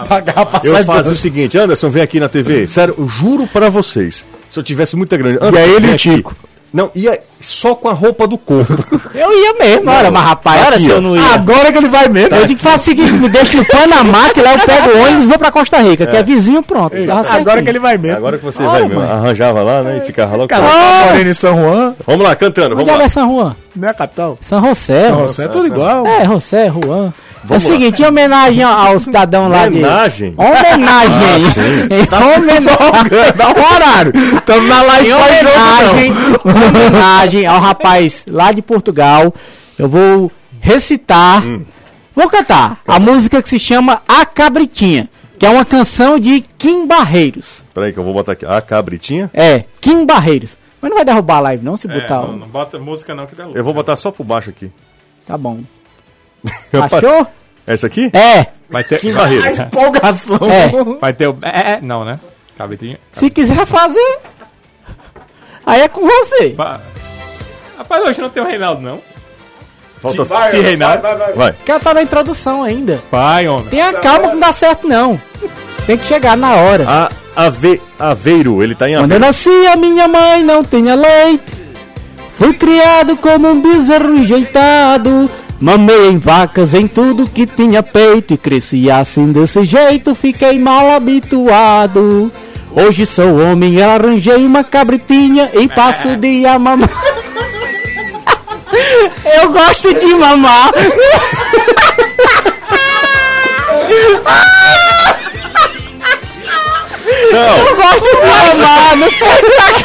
Speaker 2: Pagar a *laughs* passagem.
Speaker 1: eu fazia o seguinte, Anderson, vem aqui na TV. Sério, eu juro pra vocês. Se eu tivesse muita grana. Anderson,
Speaker 2: aí ele
Speaker 1: vem
Speaker 2: Uhum. e o
Speaker 1: aqui.
Speaker 2: Tico.
Speaker 1: Não, ia só com a roupa do
Speaker 2: *laughs*
Speaker 1: corpo.
Speaker 4: Eu ia mesmo, olha, mas rapaz, olha
Speaker 1: aqui,
Speaker 4: se
Speaker 1: ó.
Speaker 4: eu não ia.
Speaker 2: Agora tá que ele vai mesmo.
Speaker 4: eu digo que faz o seguinte, me deixa no Panamá, que lá eu pego o ônibus e vou pra Costa Rica, que é vizinho, pronto. Tava
Speaker 2: Agora
Speaker 4: certinho.
Speaker 2: que ele vai mesmo.
Speaker 1: Agora que você
Speaker 4: Claro,
Speaker 1: vai, meu,
Speaker 4: mãe.
Speaker 1: arranjava lá, né? E ficava logo.
Speaker 2: É. Cara, tá morando em São Juan,
Speaker 1: Vamos lá, cantando,
Speaker 4: Onde
Speaker 1: vamos
Speaker 4: é que
Speaker 1: lá.
Speaker 4: é São Juan?
Speaker 2: não é a capital?
Speaker 4: São José.
Speaker 2: São
Speaker 4: mano.
Speaker 2: José é tudo igual.
Speaker 4: É, José, Juan.
Speaker 1: Vamos
Speaker 4: é o
Speaker 1: lá.
Speaker 4: seguinte, em homenagem ao cidadão lá de...
Speaker 1: Homenagem?
Speaker 2: Ah,
Speaker 4: Homenagem. Em
Speaker 2: Tá
Speaker 4: homenagem.
Speaker 2: Dá um horário. Tamo na live
Speaker 4: Em
Speaker 2: faz jogo,
Speaker 4: homenagem, homenagem ao rapaz lá de Portugal, eu vou recitar,
Speaker 2: Hum.
Speaker 4: vou cantar a música que se chama A Cabritinha, que é uma canção de Kim Barreiros.
Speaker 1: Peraí que eu vou botar aqui. A cabritinha.
Speaker 4: É, Kim Barreiros. Mas não vai derrubar a live não se
Speaker 6: É,
Speaker 4: botar.
Speaker 2: um.
Speaker 4: um- o-
Speaker 6: não, não bota música não que dá louco.
Speaker 1: Eu vou botar só por baixo aqui.
Speaker 4: Tá bom. Achou?
Speaker 1: Essa aqui?
Speaker 4: É,
Speaker 6: Vai ter,
Speaker 1: Kim Barreiros.
Speaker 2: não. Empolgação.
Speaker 4: É.
Speaker 6: vai ter o... É, é, não, né? Cabritinho.
Speaker 4: se quiser fazer, Aí é com você.
Speaker 6: Pa- Rapaz, hoje não tem o Reinaldo, não.
Speaker 1: Falta
Speaker 2: Vai,
Speaker 6: Sim, Reinaldo.
Speaker 2: vai, vai, vai.
Speaker 1: Vai.
Speaker 4: Porque ela tá na introdução ainda.
Speaker 6: Pai, homem.
Speaker 4: Tenha calma que não dá certo, não. Tem que chegar na hora.
Speaker 1: A, Ave, Aveiro, ele tá em
Speaker 4: Quando eu
Speaker 1: Aveiro.
Speaker 4: nasci, a minha mãe não tinha leite. Fui criado como um bezerro enjeitado. Mamei em vacas, em tudo que tinha peito. E cresci assim desse jeito, fiquei mal habituado. Hoje sou homem, eu arranjei uma cabritinha e passo o dia a mamar. Eu gosto de mamar. *laughs* Eu gosto de mamar. Não tem